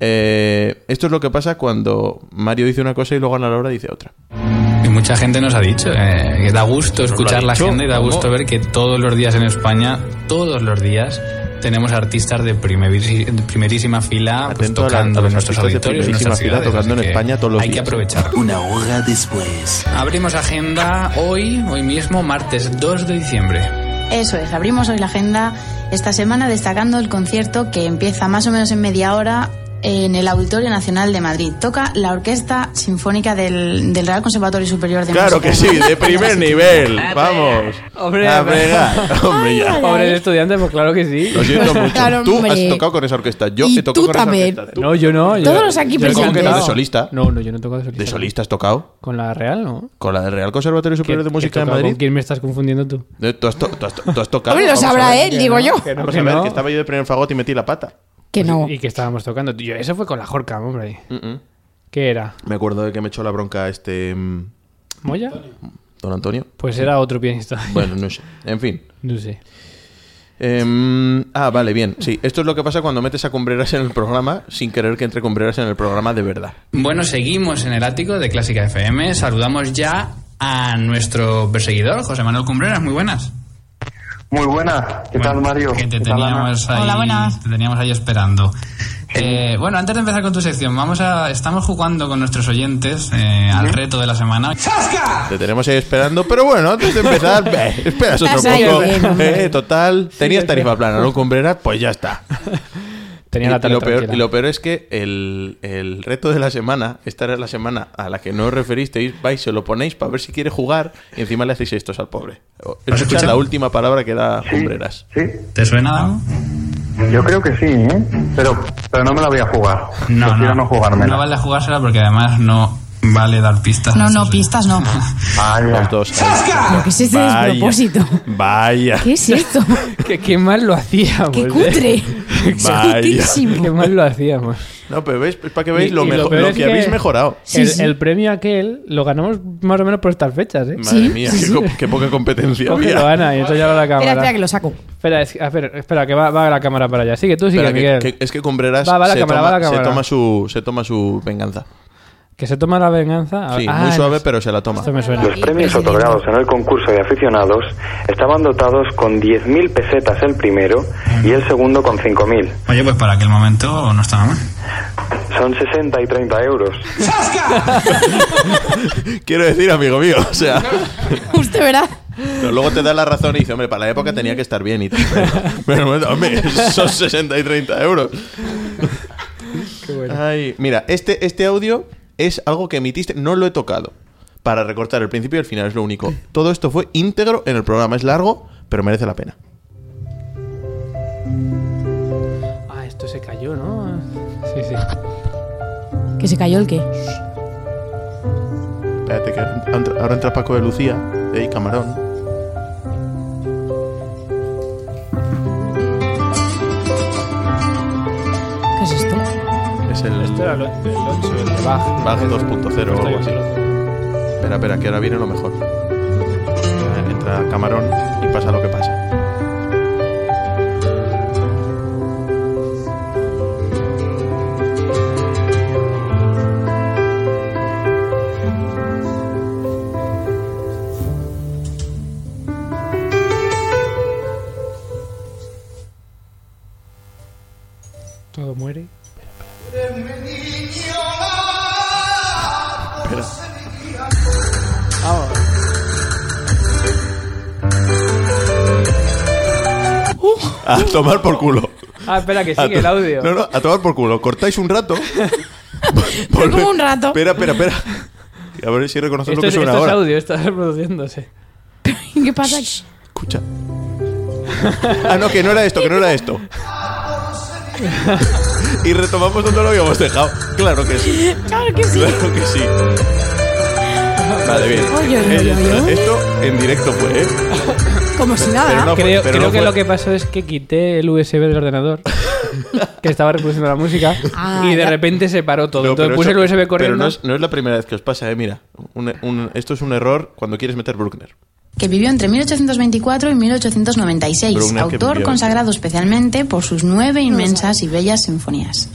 Speaker 6: Eh, esto es lo que pasa cuando Mario dice una cosa y luego Ana Laura dice otra.
Speaker 8: Y mucha gente nos ha dicho, eh, que da gusto
Speaker 6: lo ha
Speaker 8: escuchar la
Speaker 6: dicho,
Speaker 8: agenda y da
Speaker 6: ¿cómo?
Speaker 8: gusto ver que todos los días en España, todos los días, tenemos artistas de primeri- de primerísima fila pues,
Speaker 6: Atento a la-
Speaker 8: tocando
Speaker 6: a los
Speaker 8: en nuestros
Speaker 6: artistas de
Speaker 8: auditorios. en
Speaker 6: primerísima
Speaker 8: nuestras
Speaker 6: fila
Speaker 8: ciudades,
Speaker 6: tocando
Speaker 8: así
Speaker 6: en
Speaker 8: que
Speaker 6: España todos los
Speaker 8: Hay que
Speaker 6: días.
Speaker 8: aprovechar.
Speaker 9: Una hora después.
Speaker 8: Abrimos agenda hoy, hoy mismo, martes 2 de diciembre.
Speaker 7: Eso es, abrimos hoy la agenda esta semana destacando el concierto que empieza más o menos en media hora en el Auditorio Nacional de Madrid. Toca la Orquesta Sinfónica del, del Real Conservatorio Superior de
Speaker 6: Claro
Speaker 7: Música
Speaker 6: que sí, de
Speaker 7: [laughs]
Speaker 6: primer nivel.
Speaker 8: A
Speaker 6: Vamos.
Speaker 3: Hombre,
Speaker 6: A
Speaker 3: a ver.
Speaker 6: fregar. Hombre, ya.
Speaker 3: Pobres estudiantes, pues claro que sí.
Speaker 6: Lo siento mucho.
Speaker 4: Claro,
Speaker 6: tú
Speaker 4: hombre.
Speaker 6: has tocado con esa orquesta. Yo
Speaker 4: Y
Speaker 6: he tocado
Speaker 4: tú
Speaker 6: con
Speaker 4: también.
Speaker 6: esa orquesta. Tú-
Speaker 3: No, yo no. yo-
Speaker 4: Todos los aquí
Speaker 3: yo he
Speaker 6: ¿Cómo que no?
Speaker 4: presentes.
Speaker 6: ¿De solista?
Speaker 3: No, no, yo no toco de solista.
Speaker 6: ¿De solista has tocado?
Speaker 3: ¿Con la Real, no?
Speaker 6: ¿Con la del Real Conservatorio Superior de
Speaker 3: ¿Qué-
Speaker 6: Música
Speaker 3: qué
Speaker 6: de
Speaker 3: toca?
Speaker 6: Madrid?
Speaker 3: ¿Con quién me estás confundiendo tú?
Speaker 6: Eh, ¿Tú has, to- tú has to- tú has tocado?
Speaker 4: Hombre, lo
Speaker 6: Vamos a
Speaker 4: sabrá
Speaker 6: ver.
Speaker 4: él, digo yo.
Speaker 3: Que no,
Speaker 6: Vamos
Speaker 3: que
Speaker 6: a ver,
Speaker 3: no.
Speaker 6: que estaba yo de primer fagot y metí la pata.
Speaker 4: Que no.
Speaker 3: Y que estábamos tocando. Tío, eso fue con la Jorca, hombre. ¿Qué era?
Speaker 6: Me acuerdo de que me echó la bronca este... mm,
Speaker 3: ¿Moya?
Speaker 6: Don Antonio.
Speaker 3: Pues era otro pianista.
Speaker 6: Bueno, no sé. En fin.
Speaker 3: [laughs] No sé.
Speaker 6: Em, ah, vale, bien. Sí, esto es lo que pasa cuando metes a cumbreras en el programa sin querer que entre cumbreras en el programa de verdad.
Speaker 8: Bueno, seguimos en el ático de Clásica FM. Saludamos ya a nuestro perseguidor, José Manuel Cumbreras. Muy buenas.
Speaker 9: Muy buena. ¿Qué tal,
Speaker 8: Bueno,
Speaker 9: Mario?
Speaker 8: Que te
Speaker 9: ¿Qué tal, Ana?
Speaker 8: teníamos ahí,
Speaker 7: Hola, buenas.
Speaker 8: te teníamos ahí esperando. Eh, bueno, antes de empezar con tu sección, vamos a estamos jugando con nuestros oyentes eh, al reto de la semana.
Speaker 6: Te tenemos ahí esperando, pero bueno, antes de empezar,
Speaker 3: [laughs]
Speaker 6: ve, esperas otro
Speaker 4: Estás ahí
Speaker 6: poco.
Speaker 4: bien, hombre.
Speaker 6: Eh, total, tenías tarifa plana, ¿no? Cumbreras, pues ya está.
Speaker 3: Tenía
Speaker 6: y,
Speaker 3: la
Speaker 6: y lo
Speaker 3: tarde
Speaker 6: peor,
Speaker 3: tranquila.
Speaker 6: y lo peor es que el, el reto de la semana, esta era la semana a la que no os referisteis, vais, se lo ponéis para ver si quiere jugar y encima le hacéis estos al pobre. O- Escuchad
Speaker 8: escucha?
Speaker 6: la última palabra que da
Speaker 9: Sí,
Speaker 6: Cumbreras.
Speaker 9: Sí,
Speaker 8: ¿Te suena de algo?
Speaker 9: yo creo que sí, ¿eh? Pero, pero no me la voy a jugar. Prefiero no jugármela.
Speaker 8: no vale jugársela porque además no vale dar pistas.
Speaker 7: No, no, pistas no.
Speaker 9: Vaya.
Speaker 6: Los dos. ahí.
Speaker 4: Pero ¿Qué es este
Speaker 6: Vaya.
Speaker 4: despropósito?
Speaker 6: Vaya.
Speaker 4: ¿Qué es esto?
Speaker 3: [laughs] Que qué mal lo hacíamos.
Speaker 4: ¡Qué
Speaker 3: ¿eh?
Speaker 4: cutre!
Speaker 6: [laughs]
Speaker 3: [laughs]
Speaker 6: Vaya.
Speaker 3: Qué
Speaker 4: ¡Escutísimo!
Speaker 3: mal lo hacíamos.
Speaker 6: No, pero veis, es para que veáis
Speaker 3: Y-
Speaker 6: lo,
Speaker 3: y lo
Speaker 6: mejo-
Speaker 3: peor
Speaker 6: lo
Speaker 3: es
Speaker 6: que
Speaker 3: que-
Speaker 6: habéis mejorado.
Speaker 4: Sí,
Speaker 3: el,
Speaker 4: sí.
Speaker 3: el premio aquel lo ganamos más o menos por estas fechas, ¿eh?
Speaker 6: Madre
Speaker 4: Sí,
Speaker 6: mía,
Speaker 4: sí,
Speaker 6: qué,
Speaker 4: sí.
Speaker 6: co- qué poca competencia
Speaker 3: Cógelo,
Speaker 6: había.
Speaker 3: Ana, y enséñalo a la
Speaker 4: Espera,
Speaker 3: cámara.
Speaker 4: espera, que lo
Speaker 6: [laughs]
Speaker 4: saco.
Speaker 3: Espera, es- espera, espera, que va, va la cámara para allá. Sigue tú, sigue,
Speaker 6: Espera, que-
Speaker 3: Miguel.
Speaker 6: que-
Speaker 3: Que,
Speaker 6: es que Cumbreras
Speaker 3: Va, va la
Speaker 6: se,
Speaker 3: cámara, va
Speaker 6: toma,
Speaker 3: la
Speaker 6: se
Speaker 3: cámara.
Speaker 6: toma su, se toma su venganza.
Speaker 3: se toma la venganza. A-
Speaker 6: Sí,
Speaker 3: Ah,
Speaker 6: muy
Speaker 3: no,
Speaker 6: suave, pero se la toma.
Speaker 3: Esto me suena.
Speaker 4: Los
Speaker 9: Los
Speaker 4: Y
Speaker 9: premios
Speaker 4: presidente.
Speaker 9: otorgados en el concurso de aficionados estaban dotados con 10.000 pesetas el primero y el segundo con 5.000.
Speaker 8: Oye, pues para aquel momento no estaba mal.
Speaker 9: Son 60 y 30 euros.
Speaker 6: [laughs] Quiero decir, amigo mío, o sea...
Speaker 4: Usted verá.
Speaker 6: Pero luego te da la razón y dice, hombre, para la época tenía que estar bien y tal. Pero, [laughs] pero, bueno, hombre, son 60 y 30 euros. Ay, mira, este, este audio es algo que emitiste, no lo he tocado. Para recortar el principio y el final es lo único. Todo esto fue íntegro en el programa. Es largo, pero merece la pena.
Speaker 3: Ah, esto se cayó, ¿no? Sí, sí.
Speaker 4: ¿Que se cayó el qué?
Speaker 6: Espérate, que ahora entra- ahora entra Paco de Lucía. Ey, camarón.
Speaker 4: ¿Qué es esto?
Speaker 6: Es el este.
Speaker 3: Esto era el 8, el de Bach.
Speaker 6: Bach 2.0 o
Speaker 3: Esto
Speaker 6: algo
Speaker 3: yo
Speaker 6: así.
Speaker 3: te lo-
Speaker 6: Espera, espera, que ahora viene lo mejor. Ahora Entra Camarón y pasa lo que pasa.
Speaker 3: Todo muere.
Speaker 6: Espera. A tomar por culo.
Speaker 3: Ah, espera, que
Speaker 6: A
Speaker 3: sigue el
Speaker 6: to-
Speaker 3: audio.
Speaker 6: No, no, a tomar por culo. Cortáis
Speaker 4: [laughs]
Speaker 6: un rato.
Speaker 4: Pero como un rato.
Speaker 6: Espera, espera, espera. A ver si reconoces
Speaker 3: Esto,
Speaker 6: lo que
Speaker 3: es,
Speaker 6: suena
Speaker 3: esto es
Speaker 6: ahora.
Speaker 3: audio, está reproduciéndose.
Speaker 4: ¿Qué pasa? aquí?
Speaker 6: Escucha. Ah, no, que no era esto, que no era esto. y retomamos donde lo habíamos dejado. Claro que sí.
Speaker 4: Claro que sí.
Speaker 6: Claro que sí. Vale, bien. Eh,
Speaker 4: Oye, oye, oye.
Speaker 6: Esto en directo fue, ¿eh?
Speaker 4: Como si nada.
Speaker 6: Pero no fue-
Speaker 3: creo
Speaker 6: pero
Speaker 3: creo
Speaker 6: no
Speaker 3: que
Speaker 6: fue-
Speaker 3: lo que pasó es que quité el USB del
Speaker 6: [laughs]
Speaker 3: ordenador que estaba reproduciendo la música
Speaker 4: Ah,
Speaker 3: y de
Speaker 4: ya.
Speaker 3: repente se paró todo.
Speaker 6: No,
Speaker 3: Entonces
Speaker 6: pero
Speaker 3: puse
Speaker 6: eso-
Speaker 3: el USB
Speaker 6: Pero
Speaker 3: corriendo.
Speaker 6: no es, no es la primera vez que os pasa, ¿eh? Mira, un- un- esto es un error cuando quieres meter Bruckner.
Speaker 7: [laughs] que vivió entre 1824 y 1896,
Speaker 6: Bruckner, que
Speaker 7: autor
Speaker 6: vivió-
Speaker 7: consagrado especialmente por sus nueve inmensas y bellas sinfonías.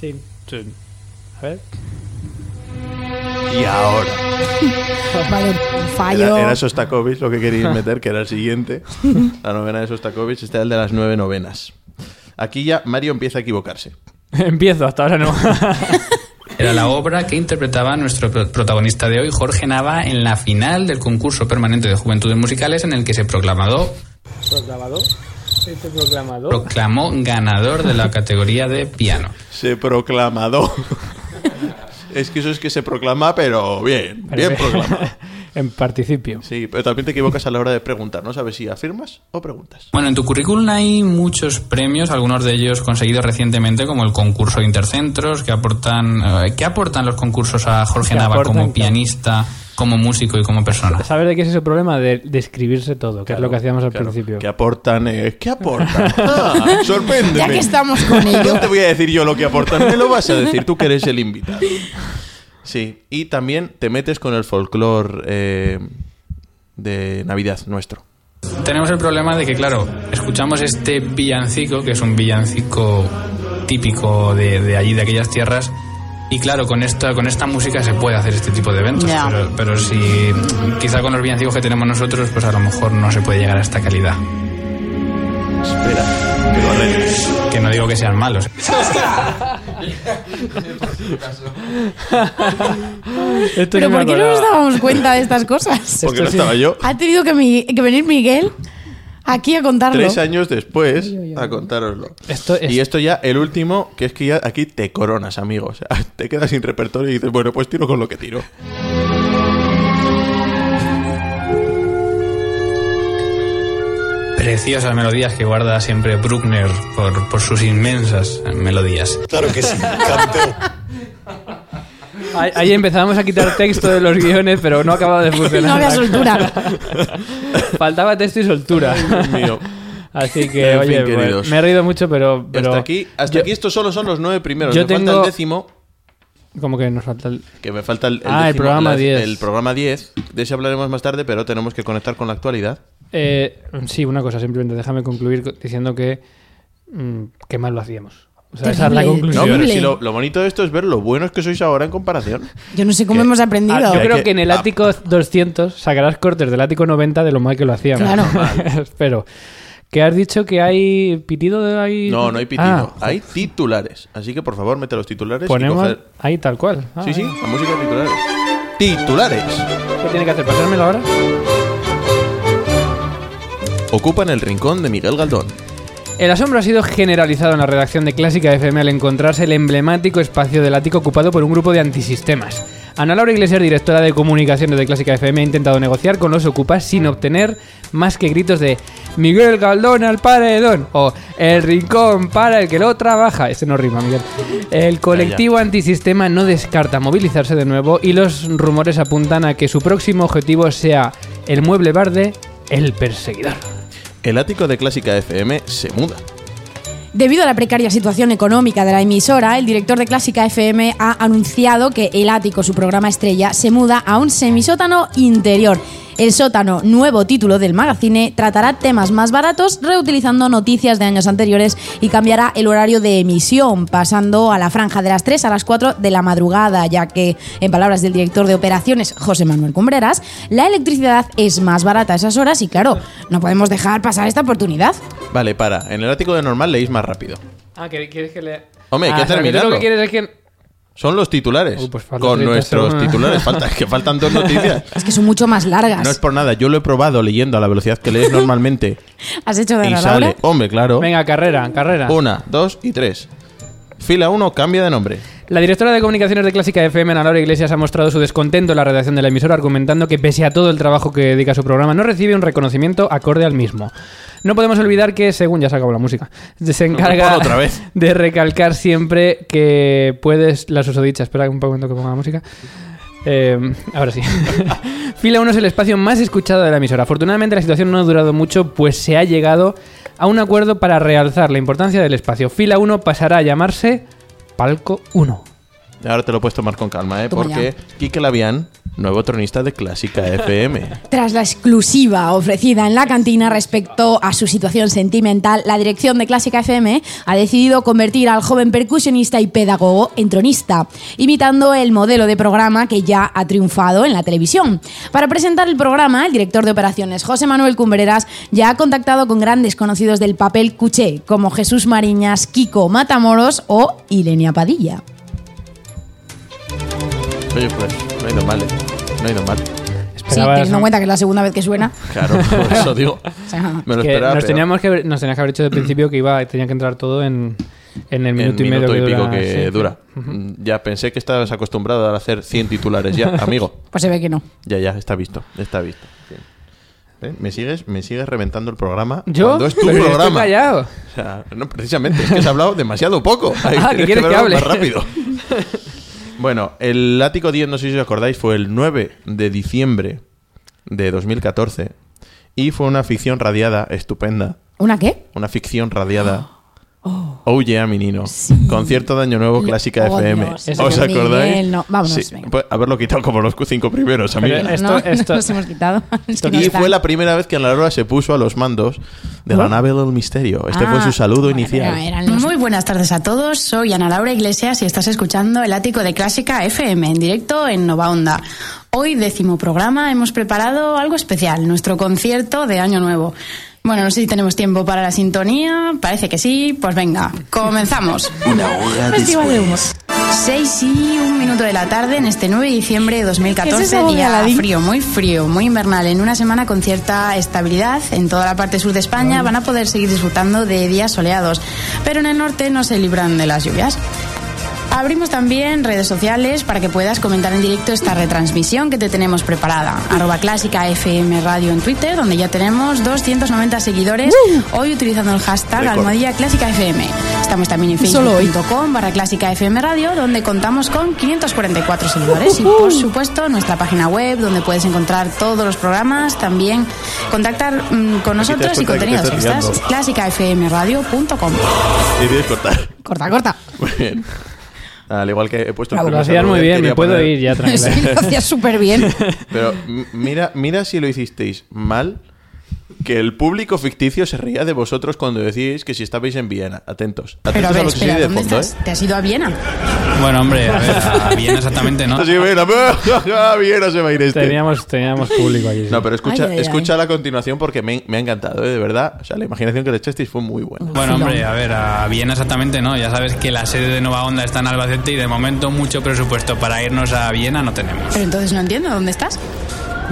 Speaker 3: Sí. A ver. [laughs]
Speaker 6: Y ahora.
Speaker 4: Vale, fallo.
Speaker 6: Era, era Sostakovich lo que quería meter, que era el siguiente. La novena de Sostakovich, este era el de las nueve novenas. Aquí ya Mario empieza a equivocarse.
Speaker 3: Empiezo, hasta ahora no.
Speaker 8: Era la obra que interpretaba nuestro pro- protagonista de hoy, Jorge Nava, en la final del concurso permanente de Juventudes Musicales en el que se proclamado,
Speaker 3: ¿Proclamador? ¿Este proclamador?
Speaker 8: proclamó ganador de la categoría de piano.
Speaker 6: Se proclamado. [laughs] es que eso es que se proclama, pero bien, bien proclamado.
Speaker 3: [laughs] en participio.
Speaker 6: Sí, pero también te equivocas a la hora de preguntar. No sabes si afirmas o preguntas.
Speaker 8: Bueno, en tu currículum hay muchos premios, algunos de ellos conseguidos recientemente, como el concurso de Intercentros, que aportan, eh, ¿qué aportan los concursos a Jorge
Speaker 3: Que
Speaker 8: Nava
Speaker 3: aportan, claro.
Speaker 8: como pianista, como músico y como persona?
Speaker 3: ¿Sabes de qué es ese problema? De describirse todo, que es lo que hacíamos al
Speaker 6: Claro,
Speaker 3: principio.
Speaker 6: ¿Qué aportan? eh? ¿Qué [laughs] aportan? Ah, sorpréndeme.
Speaker 4: Ya que estamos con ello.
Speaker 6: [laughs] No te voy a decir yo lo que aportan, me lo
Speaker 4: [laughs]
Speaker 6: vas a decir tú que eres el invitado. Sí, y también te metes con el folclore eh, de Navidad nuestro.
Speaker 8: Tenemos el problema de que, claro, escuchamos este villancico, que es un villancico típico de, de allí, de aquellas tierras, y claro, con esta, con esta música se puede hacer este tipo de eventos,
Speaker 4: Ya.
Speaker 8: pero, pero si quizá con los villancicos que tenemos nosotros, pues a lo mejor no se puede llegar a esta calidad.
Speaker 6: Espera, que lo arregle.
Speaker 8: Que no digo que sean malos.
Speaker 3: Esto
Speaker 4: Pero
Speaker 3: sí me
Speaker 4: ¿por qué no
Speaker 3: acordaba.
Speaker 4: nos dábamos cuenta de estas cosas?
Speaker 6: [laughs] Porque no estaba yo.
Speaker 4: Ha tenido que, mi- que venir Miguel aquí a contarlo.
Speaker 6: Tres años después a contároslo.
Speaker 3: Esto es-
Speaker 6: Y esto ya, el último, que es que ya aquí te coronas, amigo. O sea, [laughs] te quedas sin repertorio y dices, bueno, pues tiro con lo que tiro.
Speaker 8: Preciosas melodías que guarda siempre Bruckner por, por sus inmensas melodías.
Speaker 3: Ahí, ahí empezamos a quitar texto de los guiones, pero no acababa de funcionar.
Speaker 4: [laughs] No había soltura.
Speaker 6: [laughs]
Speaker 3: Faltaba texto y soltura.
Speaker 6: Dios mío.
Speaker 3: Así que,
Speaker 6: En
Speaker 3: oye,
Speaker 6: fin,
Speaker 3: pues,
Speaker 6: queridos.
Speaker 3: me he reído mucho, pero. pero
Speaker 6: hasta aquí, hasta
Speaker 3: yo-
Speaker 6: aquí estos solo son los nueve primeros.
Speaker 3: yo
Speaker 6: Me falta
Speaker 3: tengo-
Speaker 6: el décimo,
Speaker 3: Como que nos falta el.
Speaker 6: que me falta el,
Speaker 3: Ah, el
Speaker 6: décimo,
Speaker 3: programa
Speaker 6: las-
Speaker 3: 10.
Speaker 6: El programa 10. De ese hablaremos más tarde, pero tenemos que conectar con la actualidad.
Speaker 3: Eh, sí, una cosa, simplemente déjame concluir co- diciendo que. mm, que mal lo hacíamos. O sea, esa es
Speaker 4: Terrible.
Speaker 3: la
Speaker 6: No,
Speaker 3: conclusión.
Speaker 6: pero
Speaker 4: Horrible.
Speaker 6: si lo, lo bonito de esto es ver lo buenos que sois ahora en comparación.
Speaker 4: Yo no sé cómo
Speaker 6: ¿Qué?
Speaker 4: hemos aprendido.
Speaker 3: Ah, yo
Speaker 6: Hay
Speaker 3: creo
Speaker 6: que-
Speaker 3: que, en el
Speaker 6: ah.
Speaker 3: ático 200 sacarás cortes del ático 90 de lo mal que lo hacíamos.
Speaker 4: Claro.
Speaker 3: [laughs] Espero. ¿Que has dicho que hay pitido? De, hay...
Speaker 6: No, no hay pitido.
Speaker 3: Ah,
Speaker 6: hay titulares. Así que por favor, mete los titulares. y
Speaker 3: ponemos
Speaker 6: coger-
Speaker 3: ahí tal cual. Ah,
Speaker 6: Sí, sí,
Speaker 3: ahí.
Speaker 6: la música de titulares. Titulares.
Speaker 3: Ah, ¿Qué tiene que hacer? ¿Pasármelo ahora?
Speaker 6: Ocupan el rincón de Miguel Galdón.
Speaker 3: El asombro ha sido generalizado en la redacción de Clásica FM al encontrarse el emblemático espacio del ático ocupado por un grupo de antisistemas. Ana Laura Iglesias, directora de comunicaciones de Clásica FM, ha intentado negociar con los ocupas sin obtener más que gritos de Miguel Galdón al paredón o El rincón para el que lo trabaja. Ese no rima, Miguel. El colectivo antisistema no descarta movilizarse de nuevo y los rumores apuntan a que su próximo objetivo sea el mueble verde, el perseguidor.
Speaker 6: El ático de Clásica FM se muda.
Speaker 4: Debido a la precaria situación económica de la emisora, el director de Clásica FM ha anunciado que El Ático, su programa estrella, se muda a un semisótano interior. El sótano, nuevo título del magazine, tratará temas más baratos reutilizando noticias de años anteriores y cambiará el horario de emisión, pasando a la franja de las 3 a las 4 de la madrugada, ya que, en palabras del director de operaciones, José Manuel Cumbreras, la electricidad es más barata a esas horas y, claro, no podemos dejar pasar esta oportunidad.
Speaker 6: Vale, para. En el ático de normal leéis más rápido.
Speaker 3: Ah, ¿quieres que le...?
Speaker 6: Hombre, hay que
Speaker 3: o sea, tú
Speaker 6: terminarlo.
Speaker 3: lo que quieres es que...
Speaker 6: Son los titulares.
Speaker 3: Uy, pues falta
Speaker 6: con
Speaker 3: 30
Speaker 6: nuestros
Speaker 3: segundos.
Speaker 6: titulares. Falta, es que faltan
Speaker 3: [laughs]
Speaker 6: dos noticias.
Speaker 4: Es que son mucho más largas.
Speaker 6: No es por nada. Yo lo he probado leyendo a la velocidad que lees normalmente.
Speaker 4: ¿Has hecho de
Speaker 6: y
Speaker 4: la
Speaker 6: sale. Hombre, claro.
Speaker 3: Venga, carrera, carrera.
Speaker 6: Una, dos y tres. Fila uno, cambia de nombre.
Speaker 3: La directora de comunicaciones de Clásica FM, Ana Laura Iglesias, ha mostrado su descontento en la redacción de la emisora, argumentando que pese a todo el trabajo que dedica a su programa, no recibe un reconocimiento acorde al mismo. No podemos olvidar que, según ya se acabó la música, se encarga
Speaker 6: Ponlo otra vez.
Speaker 3: [laughs] de recalcar siempre que puedes... La susodicha, espera un momento que ponga la música. Eh, ahora sí. Fila 1 es el espacio más escuchado de la emisora. Afortunadamente la situación no ha durado mucho, pues se ha llegado a un acuerdo para realzar la importancia del espacio. Fila 1 pasará a llamarse Palco 1.
Speaker 6: Ahora te lo puedes tomar con calma, ¿eh?
Speaker 4: Toma
Speaker 6: Porque Quique Labián, nuevo tronista de Clásica FM.
Speaker 4: Tras la exclusiva ofrecida en la cantina respecto a su situación sentimental, la dirección de Clásica FM ha decidido convertir al joven percusionista y pedagogo en tronista, imitando el modelo de programa que ya ha triunfado en la televisión. Para presentar el programa, el director de operaciones José Manuel Cumbreras ya ha contactado con grandes conocidos del papel cuché, como Jesús Mariñas, Kiko Matamoros o Ilenia Padilla.
Speaker 6: Oye, pues, no ha ido mal, ¿eh? No ha ido mal.
Speaker 4: Sí, teniendo en cuenta que es la segunda vez que suena.
Speaker 6: Claro, por eso digo.
Speaker 4: o sea,
Speaker 6: Me lo
Speaker 3: Que
Speaker 6: esperaba.
Speaker 3: nos,
Speaker 6: pero
Speaker 3: teníamos que, nos tenías que haber dicho desde el principio que iba, tenía que entrar todo en, en el
Speaker 6: en
Speaker 3: minuto y medio
Speaker 6: minuto
Speaker 3: que
Speaker 6: y pico
Speaker 3: dura.
Speaker 6: que
Speaker 3: sí.
Speaker 6: dura. Mm, Ya pensé que estabas acostumbrado a hacer 100 titulares
Speaker 3: [laughs]
Speaker 6: ya, amigo.
Speaker 4: pues se ve que no.
Speaker 6: Ya, ya, está visto, está visto. Bien. ¿Eh? ¿Me sigues? Me sigues reventando el programa.
Speaker 3: ¿Yo?
Speaker 6: Cuando es tu
Speaker 3: Pero yo estoy
Speaker 6: programa.
Speaker 3: callado.
Speaker 6: O sea, no, precisamente, es que has hablado demasiado poco. Hay-
Speaker 3: [laughs] Ah,
Speaker 6: tienes
Speaker 3: ¿que quieres que
Speaker 6: hablar
Speaker 3: hable?
Speaker 6: Más rápido. [laughs] Bueno, el ático 10, no sé si os acordáis, fue el 9 de diciembre de 2014 y fue una ficción radiada estupenda.
Speaker 4: ¿Una qué?
Speaker 6: Una ficción radiada.
Speaker 3: [gasps]
Speaker 6: Oh yeah, menino. Concierto de Año Nuevo, Clásica
Speaker 4: Oh,
Speaker 6: FM.
Speaker 4: Dios,
Speaker 6: ¿Os
Speaker 4: Miguel,
Speaker 6: acordáis?
Speaker 4: no. Vámonos, venga.
Speaker 6: Pues, haberlo quitado como los cinco primeros,
Speaker 3: Pero
Speaker 6: amiga.
Speaker 3: esto-
Speaker 4: no,
Speaker 3: esto-
Speaker 4: no nos hemos quitado. [laughs] Es que no
Speaker 6: Y
Speaker 4: está.
Speaker 6: fue la primera vez que la Laura se puso a los mandos de la nave del misterio. Este fue
Speaker 4: Ah,
Speaker 6: su saludo
Speaker 4: bueno,
Speaker 6: inicial.
Speaker 4: pero eran los-
Speaker 7: Muy buenas tardes a todos, soy Ana Laura Iglesias y estás escuchando el ático de Clásica FM en directo en Nova Onda. Hoy, décimo programa, hemos preparado algo especial, nuestro concierto de Año Nuevo. Bueno, no sé si tenemos tiempo para la sintonía, parece que sí, pues venga, [laughs] comenzamos.
Speaker 4: Festival de humo.
Speaker 7: 6 y un minuto de la tarde en este 9 de diciembre de
Speaker 4: ¿Qué
Speaker 7: 2014,
Speaker 4: es eso,
Speaker 7: día
Speaker 4: Galadín?
Speaker 7: frío, muy frío, muy invernal, en una semana con cierta estabilidad en toda la parte sur de España van a poder seguir disfrutando de días soleados, pero en el norte no se libran de las lluvias. Abrimos también redes sociales para que puedas comentar en directo esta retransmisión que te tenemos preparada. Arroba clásica FM Radio en Twitter, donde ya tenemos 290 seguidores, hoy utilizando el hashtag
Speaker 6: Récord.
Speaker 7: almohadilla clásica FM. Estamos también en
Speaker 4: Solo hoy.
Speaker 7: facebook.com barra clásica FM Radio, donde contamos con 544 seguidores y, por supuesto, nuestra página web, donde puedes encontrar todos los programas, también contactar mm, con
Speaker 6: Aquí te das
Speaker 7: nosotros y
Speaker 6: cuenta de que
Speaker 7: contenidos
Speaker 6: te estás
Speaker 7: extras,
Speaker 6: liando.
Speaker 7: clásicafmradio.com.
Speaker 6: Decides cortar. [laughs]
Speaker 4: Corta, corta.
Speaker 6: Muy bien. Al igual que he puesto... el
Speaker 3: Lo
Speaker 6: primer
Speaker 3: hacías
Speaker 6: saludo,
Speaker 3: muy bien,
Speaker 6: quería
Speaker 3: me puedo
Speaker 6: poner-
Speaker 3: ir ya tranquila.
Speaker 4: Sí, lo hacías súper bien.
Speaker 6: [laughs] Pero m- mira, mira si lo hicisteis mal, que el público ficticio se ría de vosotros cuando decís que si estabais en Viena. Atentos. Atentos
Speaker 7: Pero a ver,
Speaker 6: lo que se
Speaker 7: espera,
Speaker 6: oye de
Speaker 7: ¿dónde
Speaker 6: fondo,
Speaker 7: estás?
Speaker 6: ¿eh?
Speaker 7: ¿Te has ido a Viena?
Speaker 8: Bueno, hombre, a ver, a Viena exactamente, ¿no?
Speaker 6: Esto sí, [laughs] Viena. Ah, Viena se va a ir este.
Speaker 3: Teníamos, teníamos público aquí. sí.
Speaker 6: No, pero escucha,
Speaker 4: Ay, ay, ay.
Speaker 6: escucha la continuación porque me, me ha encantado, ¿eh? de verdad. O sea, la imaginación que le echasteis fue muy buena.
Speaker 8: Bueno, hombre, a ver, a Viena exactamente no. Ya sabes que la sede de Nueva Onda está en Albacete y de momento mucho presupuesto para irnos a Viena no tenemos.
Speaker 7: Pero entonces no entiendo, ¿dónde estás?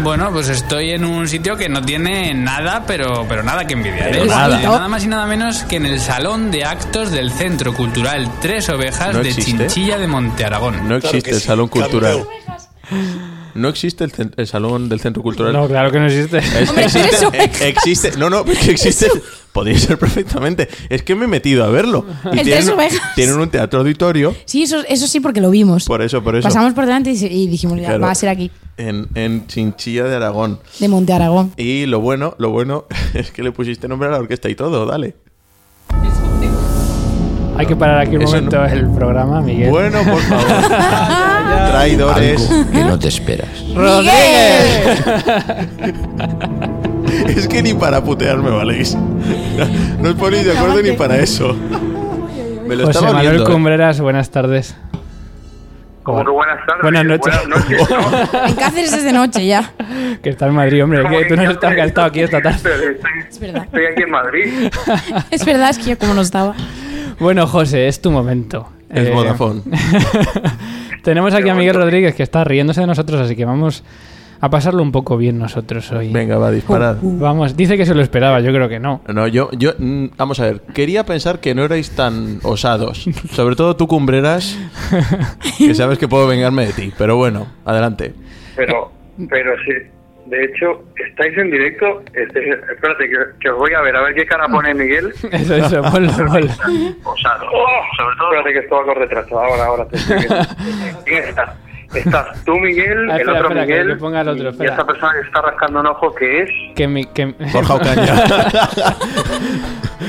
Speaker 8: Bueno, pues estoy en un sitio que no tiene nada, pero, pero nada que envidiar. ¿eh?
Speaker 6: nada.
Speaker 8: Eh, nada más y nada menos que en el Salón de Actos del Centro Cultural Tres Ovejas
Speaker 6: ¿No
Speaker 8: de
Speaker 6: existe?
Speaker 8: Chinchilla de Monte Aragón.
Speaker 6: No existe el salón cultural. No existe el, cen- el salón del centro cultural.
Speaker 3: No, claro que no existe.
Speaker 6: Es-
Speaker 4: Hombre, pero
Speaker 6: existe,
Speaker 4: eso
Speaker 6: e-
Speaker 4: es-
Speaker 6: existe- no, no, es que existe. Podría ser perfectamente. Es que me he metido a verlo. Y
Speaker 4: El
Speaker 6: tienen,
Speaker 4: tres ovejas.
Speaker 6: tienen un teatro auditorio.
Speaker 4: Sí, eso, eso sí, porque lo vimos.
Speaker 6: Por eso, por eso.
Speaker 4: Pasamos por delante y, se- y dijimos, ya,
Speaker 6: Claro.
Speaker 4: va a ser aquí,
Speaker 6: En, en Chinchilla de Aragón.
Speaker 4: de Monte Aragón.
Speaker 6: Y lo bueno, lo bueno [laughs] es que le pusiste nombre a la orquesta y todo, dale.
Speaker 3: Hay que parar aquí un
Speaker 6: Eso
Speaker 3: momento
Speaker 6: no.
Speaker 3: el programa, Miguel.
Speaker 6: Bueno, por favor.
Speaker 3: [laughs]
Speaker 4: Ah,
Speaker 6: Traidores.
Speaker 11: que no te esperas.
Speaker 3: ¡Rodríguez!
Speaker 6: Es que ni para putearme valéis. No, [laughs] no os ponéis de acuerdo ni para eso. Me lo
Speaker 3: José
Speaker 6: estaba
Speaker 3: Manuel
Speaker 6: oliendo, ¿eh?
Speaker 3: Cumbreras, buenas tardes.
Speaker 12: [laughs] Como que buenas tardes.
Speaker 3: Buenas noches. [laughs]
Speaker 12: Buenas noches, ¿no?
Speaker 4: En Cáceres es de noche ya.
Speaker 3: Que está en Madrid, hombre.
Speaker 12: Como
Speaker 3: Que tú no estás que has estado aquí esta tarde.
Speaker 12: Estoy,
Speaker 4: verdad.
Speaker 12: estoy aquí en Madrid.
Speaker 4: Es verdad, es que yo como no estaba.
Speaker 3: Bueno, José, es tu momento.
Speaker 6: Es Vodafone.
Speaker 3: Eh, Tenemos aquí a Miguel Rodríguez que está riéndose de nosotros, así que vamos a pasarlo un poco bien nosotros hoy.
Speaker 6: Venga, va, disparad.
Speaker 3: Uh, Vamos, dice que se lo esperaba, yo creo que no. [laughs]
Speaker 6: No, yo, yo, mm, vamos a ver, quería pensar que no erais tan osados. Sobre todo tú, Cumbreras, que sabes que puedo vengarme de ti. Pero bueno, adelante.
Speaker 12: Pero,
Speaker 3: Mm.
Speaker 12: pero sí. De hecho, estáis en directo. Este, espérate, que, que os voy a ver, a ver qué cara pone Miguel.
Speaker 3: Eso, eso, ponlo, ponlo.
Speaker 12: [laughs] Osado. Sobre todo, Oh, espérate que esto va con retraso. Ahora, ahora. Te [laughs] ¿Quién está? Estás tú, Miguel,
Speaker 3: Ah,
Speaker 12: el
Speaker 3: espera,
Speaker 12: otro
Speaker 3: espera, que-
Speaker 12: Miguel.
Speaker 3: que ponga el otro,
Speaker 12: Y
Speaker 3: espera.
Speaker 12: esta persona que está rascando un ojo, que es.
Speaker 3: Que mi-
Speaker 6: [laughs]
Speaker 3: que-
Speaker 6: Borja Ocaña.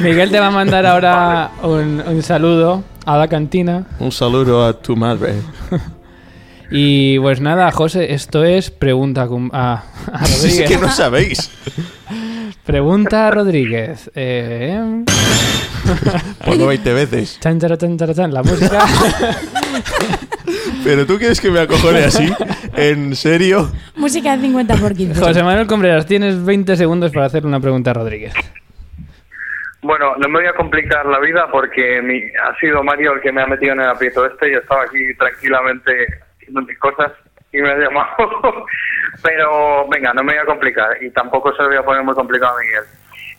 Speaker 3: Miguel te va a mandar ahora un, un saludo a la cantina.
Speaker 6: Un saludo a tu madre.
Speaker 3: Y pues nada, José, esto es pregunta cum- a, a Rodríguez.
Speaker 6: Es que no sabéis.
Speaker 3: Pregunta a Rodríguez. Eh...
Speaker 6: Pongo 20 veces.
Speaker 3: Chan, chara, chan, chara, chan, la
Speaker 6: [laughs]
Speaker 3: música.
Speaker 6: Pero tú quieres que me acojone así, en serio.
Speaker 4: Música de 50 por 15.
Speaker 3: José Manuel Combreras, tienes 20 segundos para hacer una pregunta a Rodríguez.
Speaker 12: Bueno, no me voy a complicar la vida porque mi, ha sido Mario el que me ha metido en el aprieto este. Yo estaba aquí tranquilamente haciendo mis cosas y me ha llamado. [laughs] Pero venga, no me voy a complicar y tampoco se lo voy a poner muy complicado a Miguel.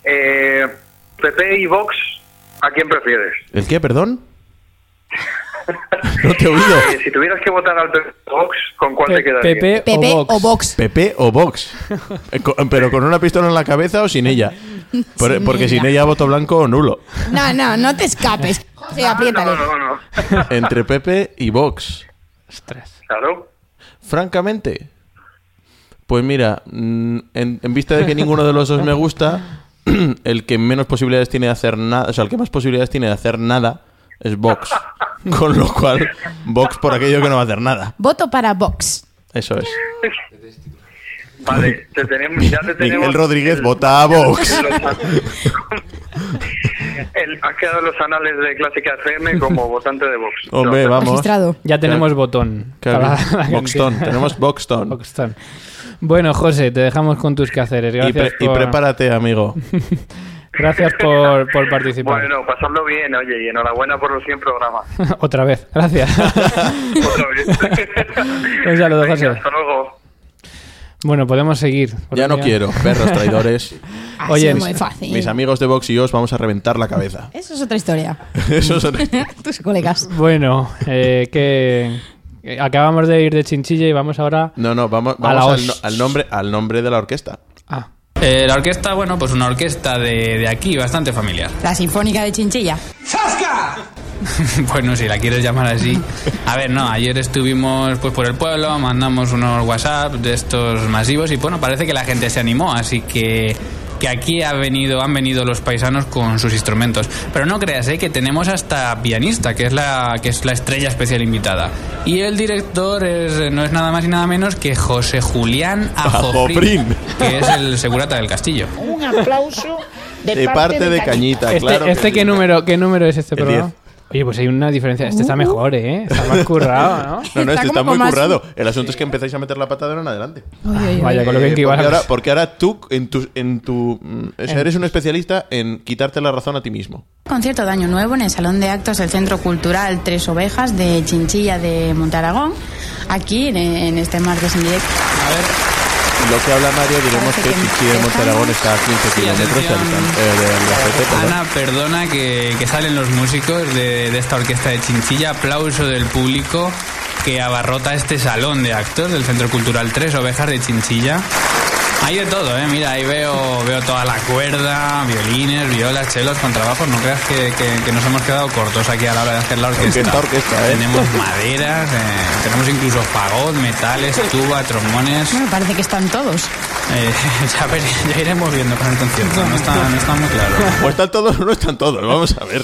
Speaker 12: Eh, PP y Vox, ¿a quién prefieres?
Speaker 6: ¿El qué, perdón? No te he oído.
Speaker 12: Eh, si tuvieras que votar al PP o Vox, ¿con cuál te quedarías?
Speaker 4: Pepe o Vox.
Speaker 6: Pepe o Vox. Eh, co- Pero con una pistola en la cabeza o sin ella. Por-
Speaker 4: Sin
Speaker 6: porque sin
Speaker 4: ella.
Speaker 6: ella voto blanco o nulo.
Speaker 4: No, no, no te escapes. José, apriétale.
Speaker 6: Entre Pepe y Vox.
Speaker 12: Claro.
Speaker 6: Francamente. Pues mira, mm, en, en vista de que ninguno de los dos me gusta, [clears throat] el que menos posibilidades tiene de hacer nada, o sea, el que más posibilidades tiene de hacer nada es Vox. Con lo cual, Vox por aquello que no va a hacer nada.
Speaker 4: Voto para Vox.
Speaker 6: Eso es.
Speaker 12: Vale, te tenemos, ya te tenemos.
Speaker 6: Miguel Rodríguez vota a Vox.
Speaker 12: El, has quedado en los anales de Clásica FM como votante de Vox.
Speaker 6: Hombre, vamos. Registrado.
Speaker 3: Ya tenemos
Speaker 6: Claro.
Speaker 3: botón.
Speaker 6: Claro.
Speaker 3: para la- la
Speaker 6: Boxton,
Speaker 3: cantina.
Speaker 6: tenemos Boxton.
Speaker 3: Boxton. Bueno, José, te dejamos con tus quehaceres.
Speaker 6: Y,
Speaker 3: Gracias,
Speaker 6: pre- y
Speaker 3: por,
Speaker 6: prepárate, amigo.
Speaker 3: gracias por, por participar.
Speaker 12: Bueno, pasadlo bien, oye, y enhorabuena por los 100 programas.
Speaker 3: [laughs] Otra vez,
Speaker 12: [laughs]
Speaker 3: gracias.
Speaker 12: Otra vez.
Speaker 3: [laughs] Un saludo,
Speaker 12: Venga,
Speaker 3: José.
Speaker 12: Hasta luego.
Speaker 3: Bueno, podemos seguir. [laughs] Por
Speaker 6: Ya
Speaker 3: lo
Speaker 6: no
Speaker 3: que-
Speaker 6: quiero, perros
Speaker 3: [laughs]
Speaker 6: traidores.
Speaker 4: Así
Speaker 3: Oye,
Speaker 4: es
Speaker 3: mis-
Speaker 4: muy fácil.
Speaker 6: Mis amigos de Vox y yo os vamos a reventar la cabeza. [laughs]
Speaker 4: Eso es otra historia.
Speaker 6: Eso es-
Speaker 4: Tus colegas.
Speaker 3: Bueno, eh, que que acabamos de ir de Chinchilla y vamos ahora.
Speaker 6: No, no, vamos,
Speaker 3: A la
Speaker 6: vamos
Speaker 3: os.
Speaker 6: al, no- al nombre, al nombre de la orquesta.
Speaker 8: Eh, la orquesta, bueno, pues una orquesta de, de aquí, bastante familiar.
Speaker 4: La Sinfónica de Chinchilla.
Speaker 8: [laughs] bueno, si la quieres llamar así. A ver, no, ayer estuvimos pues por el pueblo, mandamos unos WhatsApp de estos masivos y bueno, parece que la gente se animó, así que que aquí ha venido, han venido los paisanos con sus instrumentos. Pero no creas, ¿eh? que tenemos hasta pianista, que es la que es la estrella especial invitada. Y el director es, no es nada más y nada menos que José Julián Ajofrín,
Speaker 6: Ajofrín.
Speaker 8: que es el segurata del castillo.
Speaker 11: Un aplauso de,
Speaker 6: De Eh, parte de Cañita,
Speaker 3: Este,
Speaker 6: claro. que
Speaker 3: este
Speaker 6: sí.
Speaker 3: ¿qué, número, ¿qué número es este
Speaker 6: El
Speaker 3: programa? Oye, pues hay una diferencia. Este
Speaker 4: Uh.
Speaker 3: está mejor, ¿eh? Está más currado,
Speaker 6: [laughs]
Speaker 3: ¿no?
Speaker 6: No, no,
Speaker 4: Está
Speaker 6: este
Speaker 4: como
Speaker 6: está muy
Speaker 4: con más-
Speaker 6: currado. El asunto es que empezáis a meter la patada en adelante.
Speaker 3: Vaya, con lo bien que
Speaker 6: Eh,
Speaker 3: iba
Speaker 6: porque,
Speaker 3: la
Speaker 6: ahora,
Speaker 3: cosa.
Speaker 6: porque ahora tú, en tu, en tu, mm, o sea,
Speaker 3: En-
Speaker 6: eres un especialista en quitarte la razón a ti mismo.
Speaker 7: Concierto de Año Nuevo en el Salón de Actos del Centro Cultural Tres Ovejas de Chinchilla de Montaragón, aquí en, en este martes en directo.
Speaker 6: Lo que habla Mario, diremos que
Speaker 7: Parece que
Speaker 6: Chichi de
Speaker 7: empezamos.
Speaker 6: Montaragón está a 15 kilómetros de Alicante- eh, de Albacete, perdón.
Speaker 8: Ana, perdona que, que salen los músicos de, de esta orquesta de Chinchilla. Aplauso del público que abarrota este salón de actos del Centro Cultural 3, Ovejas de Chinchilla. Hay de todo, ¿eh? Mira, ahí veo, veo toda la cuerda, violines, violas, chelos, contrabajos. No creas que, que- que nos hemos quedado cortos aquí a la hora de hacer la orquesta.
Speaker 6: Orquesta, orquesta, ¿eh?
Speaker 8: Tenemos maderas, eh, tenemos incluso fagot, metales, tuba, trombones.
Speaker 7: Bueno, parece que están todos.
Speaker 8: Eh, [laughs] ya, vere- ya iremos viendo con el concierto, no está, no está muy claro.
Speaker 6: O están todos o no están todos, vamos a ver.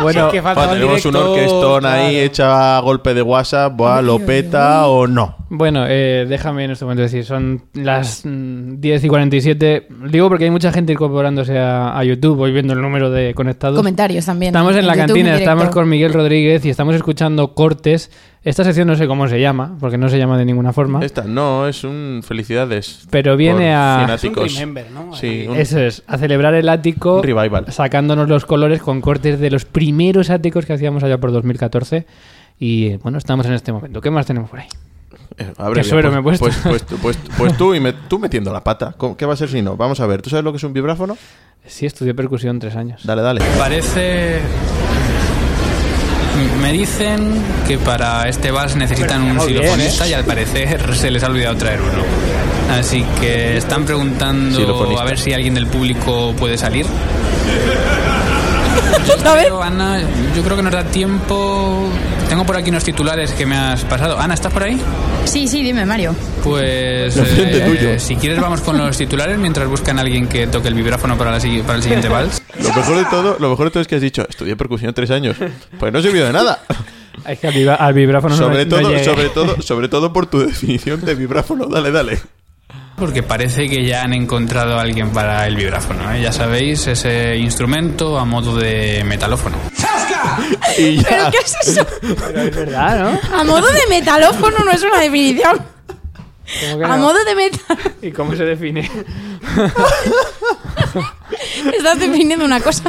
Speaker 3: Bueno, que
Speaker 6: Ah, tenemos un orquestón ahí hecha a golpe de WhatsApp, buah, lo peta o no.
Speaker 3: Bueno, eh, déjame en este momento decir, son las mm, 10 y 47. Digo porque hay mucha gente incorporándose a, a YouTube, voy viendo el número de conectados.
Speaker 4: Comentarios también.
Speaker 3: Estamos en la
Speaker 4: YouTube
Speaker 3: cantina,
Speaker 4: directo.
Speaker 3: estamos con Miguel Rodríguez y estamos escuchando cortes. Esta sección no sé cómo se llama, porque no se llama de ninguna forma.
Speaker 6: Esta no, es un felicidades.
Speaker 3: Pero viene
Speaker 6: por
Speaker 3: a-
Speaker 6: Cináticos.
Speaker 5: Es un remember, ¿no?
Speaker 6: Sí, un-
Speaker 3: Eso es, a celebrar el ático
Speaker 6: Un revival.
Speaker 3: sacándonos los colores con cortes de los primeros áticos que hacíamos allá por 2014 Y eh, bueno, estamos en este momento. ¿Qué más tenemos por ahí?
Speaker 6: Eh, a ver,
Speaker 3: Qué suero me he
Speaker 6: pues,
Speaker 3: puesto.
Speaker 6: Pues,
Speaker 3: [laughs]
Speaker 6: pues- pues- pues tú, y me- tú metiendo la pata. ¿Cómo- ¿Qué va a ser si no? Vamos a ver. ¿Tú sabes lo que es un vibráfono?
Speaker 3: Sí, estudié percusión tres años.
Speaker 6: Dale, dale.
Speaker 8: Parece. Me dicen que para este vals necesitan un
Speaker 3: Muy bien,
Speaker 8: xilofonista
Speaker 3: ¿eh?
Speaker 8: y al parecer se les ha olvidado traer uno. Así que están preguntando
Speaker 6: Xilofonista.
Speaker 8: a ver si alguien del público puede salir.
Speaker 4: Yo
Speaker 8: creo, Ana, yo creo que nos da tiempo. Tengo por aquí unos titulares que me has pasado. Ana, ¿estás por ahí?
Speaker 7: Sí, sí, dime, Mario.
Speaker 8: Pues
Speaker 6: Enfrente
Speaker 8: eh,
Speaker 6: tuyo.
Speaker 8: si quieres vamos con los titulares mientras buscan a alguien que toque el vibráfono para, la, sigui- para
Speaker 3: [laughs]
Speaker 8: el siguiente vals.
Speaker 6: Lo mejor de todo, lo mejor de todo es que has dicho, estudié percusión tres años. Pues no he servido de nada.
Speaker 3: Es que al, vibra- al vibráfono no-
Speaker 6: sobre
Speaker 3: no
Speaker 6: todo,
Speaker 3: llegué.
Speaker 6: sobre todo, sobre todo por tu definición de vibráfono. Dale, dale.
Speaker 8: Porque parece que ya han encontrado a alguien para el vibráfono. ¿eh? Ya sabéis, ese instrumento a modo de metalófono.
Speaker 6: Y ya.
Speaker 4: ¿Pero qué es eso?
Speaker 3: Es verdad, ¿no?
Speaker 4: A modo de metalófono no es una definición.
Speaker 3: ¿Cómo que
Speaker 4: A
Speaker 3: no?
Speaker 4: modo de metal. [laughs]
Speaker 3: ¿Y cómo se define?
Speaker 4: Estás definiendo una cosa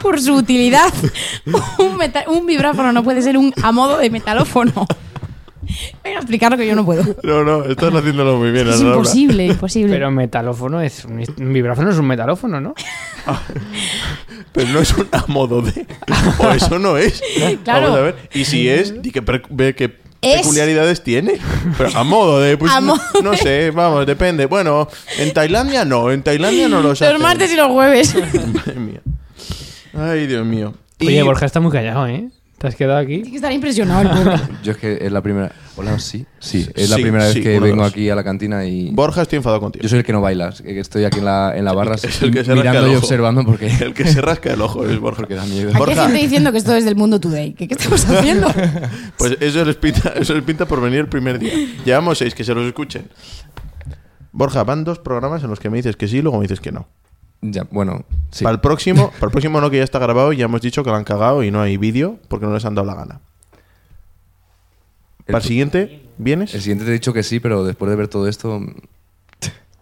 Speaker 4: por su utilidad. Un, meta- un vibráfono no puede ser un a modo de metalófono. Voy a explicar lo que yo no puedo.
Speaker 6: No, no, estás haciéndolo muy bien,
Speaker 4: Es
Speaker 6: Ana Laura.
Speaker 4: imposible, imposible.
Speaker 3: Pero metalófono es un, un vibráfono es un metalófono, ¿no?
Speaker 6: Pero no es un a modo de. O eso no es.
Speaker 4: Claro.
Speaker 6: Vamos a ver. Y si es, di que per- ve qué
Speaker 4: Es.
Speaker 6: peculiaridades tiene. Pero a modo de. Pues,
Speaker 4: A
Speaker 6: no,
Speaker 4: modo
Speaker 6: no
Speaker 4: de.
Speaker 6: sé, vamos, depende. Bueno, en Tailandia no, en Tailandia no lo hacen.
Speaker 4: los martes y los jueves.
Speaker 6: Madre mía. Ay, Dios mío.
Speaker 3: Oye, Borja está muy callado, ¿eh? ¿Te has quedado aquí?
Speaker 4: Tiene que estar impresionado el
Speaker 8: [laughs]
Speaker 4: pobre.
Speaker 13: Yo es que es la primera. Hola, sí, sí. Es la
Speaker 6: Sí,
Speaker 13: primera
Speaker 6: sí,
Speaker 13: vez que
Speaker 6: uno de
Speaker 13: vengo
Speaker 6: los.
Speaker 13: aquí a la cantina y.
Speaker 6: Borja, estoy enfadado contigo.
Speaker 13: Yo soy el que no baila, es que estoy aquí en la, en la barra
Speaker 6: [laughs] Es el que se rasca
Speaker 13: mirando
Speaker 6: el
Speaker 13: y
Speaker 6: ojo.
Speaker 13: observando porque.
Speaker 6: El que se rasca el ojo es
Speaker 13: [laughs]
Speaker 6: Borja.
Speaker 13: Porque da miedo.
Speaker 4: Aquí hay gente diciendo que esto es del mundo today. ¿Qué, qué estamos haciendo?
Speaker 6: Pues eso les, pinta, eso les pinta por venir el primer día. Llevamos seis, que se los escuchen. Borja, van dos programas en los que me dices que sí y luego me dices que no.
Speaker 13: Ya, bueno, sí.
Speaker 6: Para
Speaker 3: [laughs]
Speaker 6: el próximo, para el próximo no, que ya está grabado y ya hemos dicho que lo han cagado y no hay vídeo porque no les han dado la gana. Para el siguiente, ¿vienes?
Speaker 13: El siguiente te he dicho que sí, pero después de ver todo esto.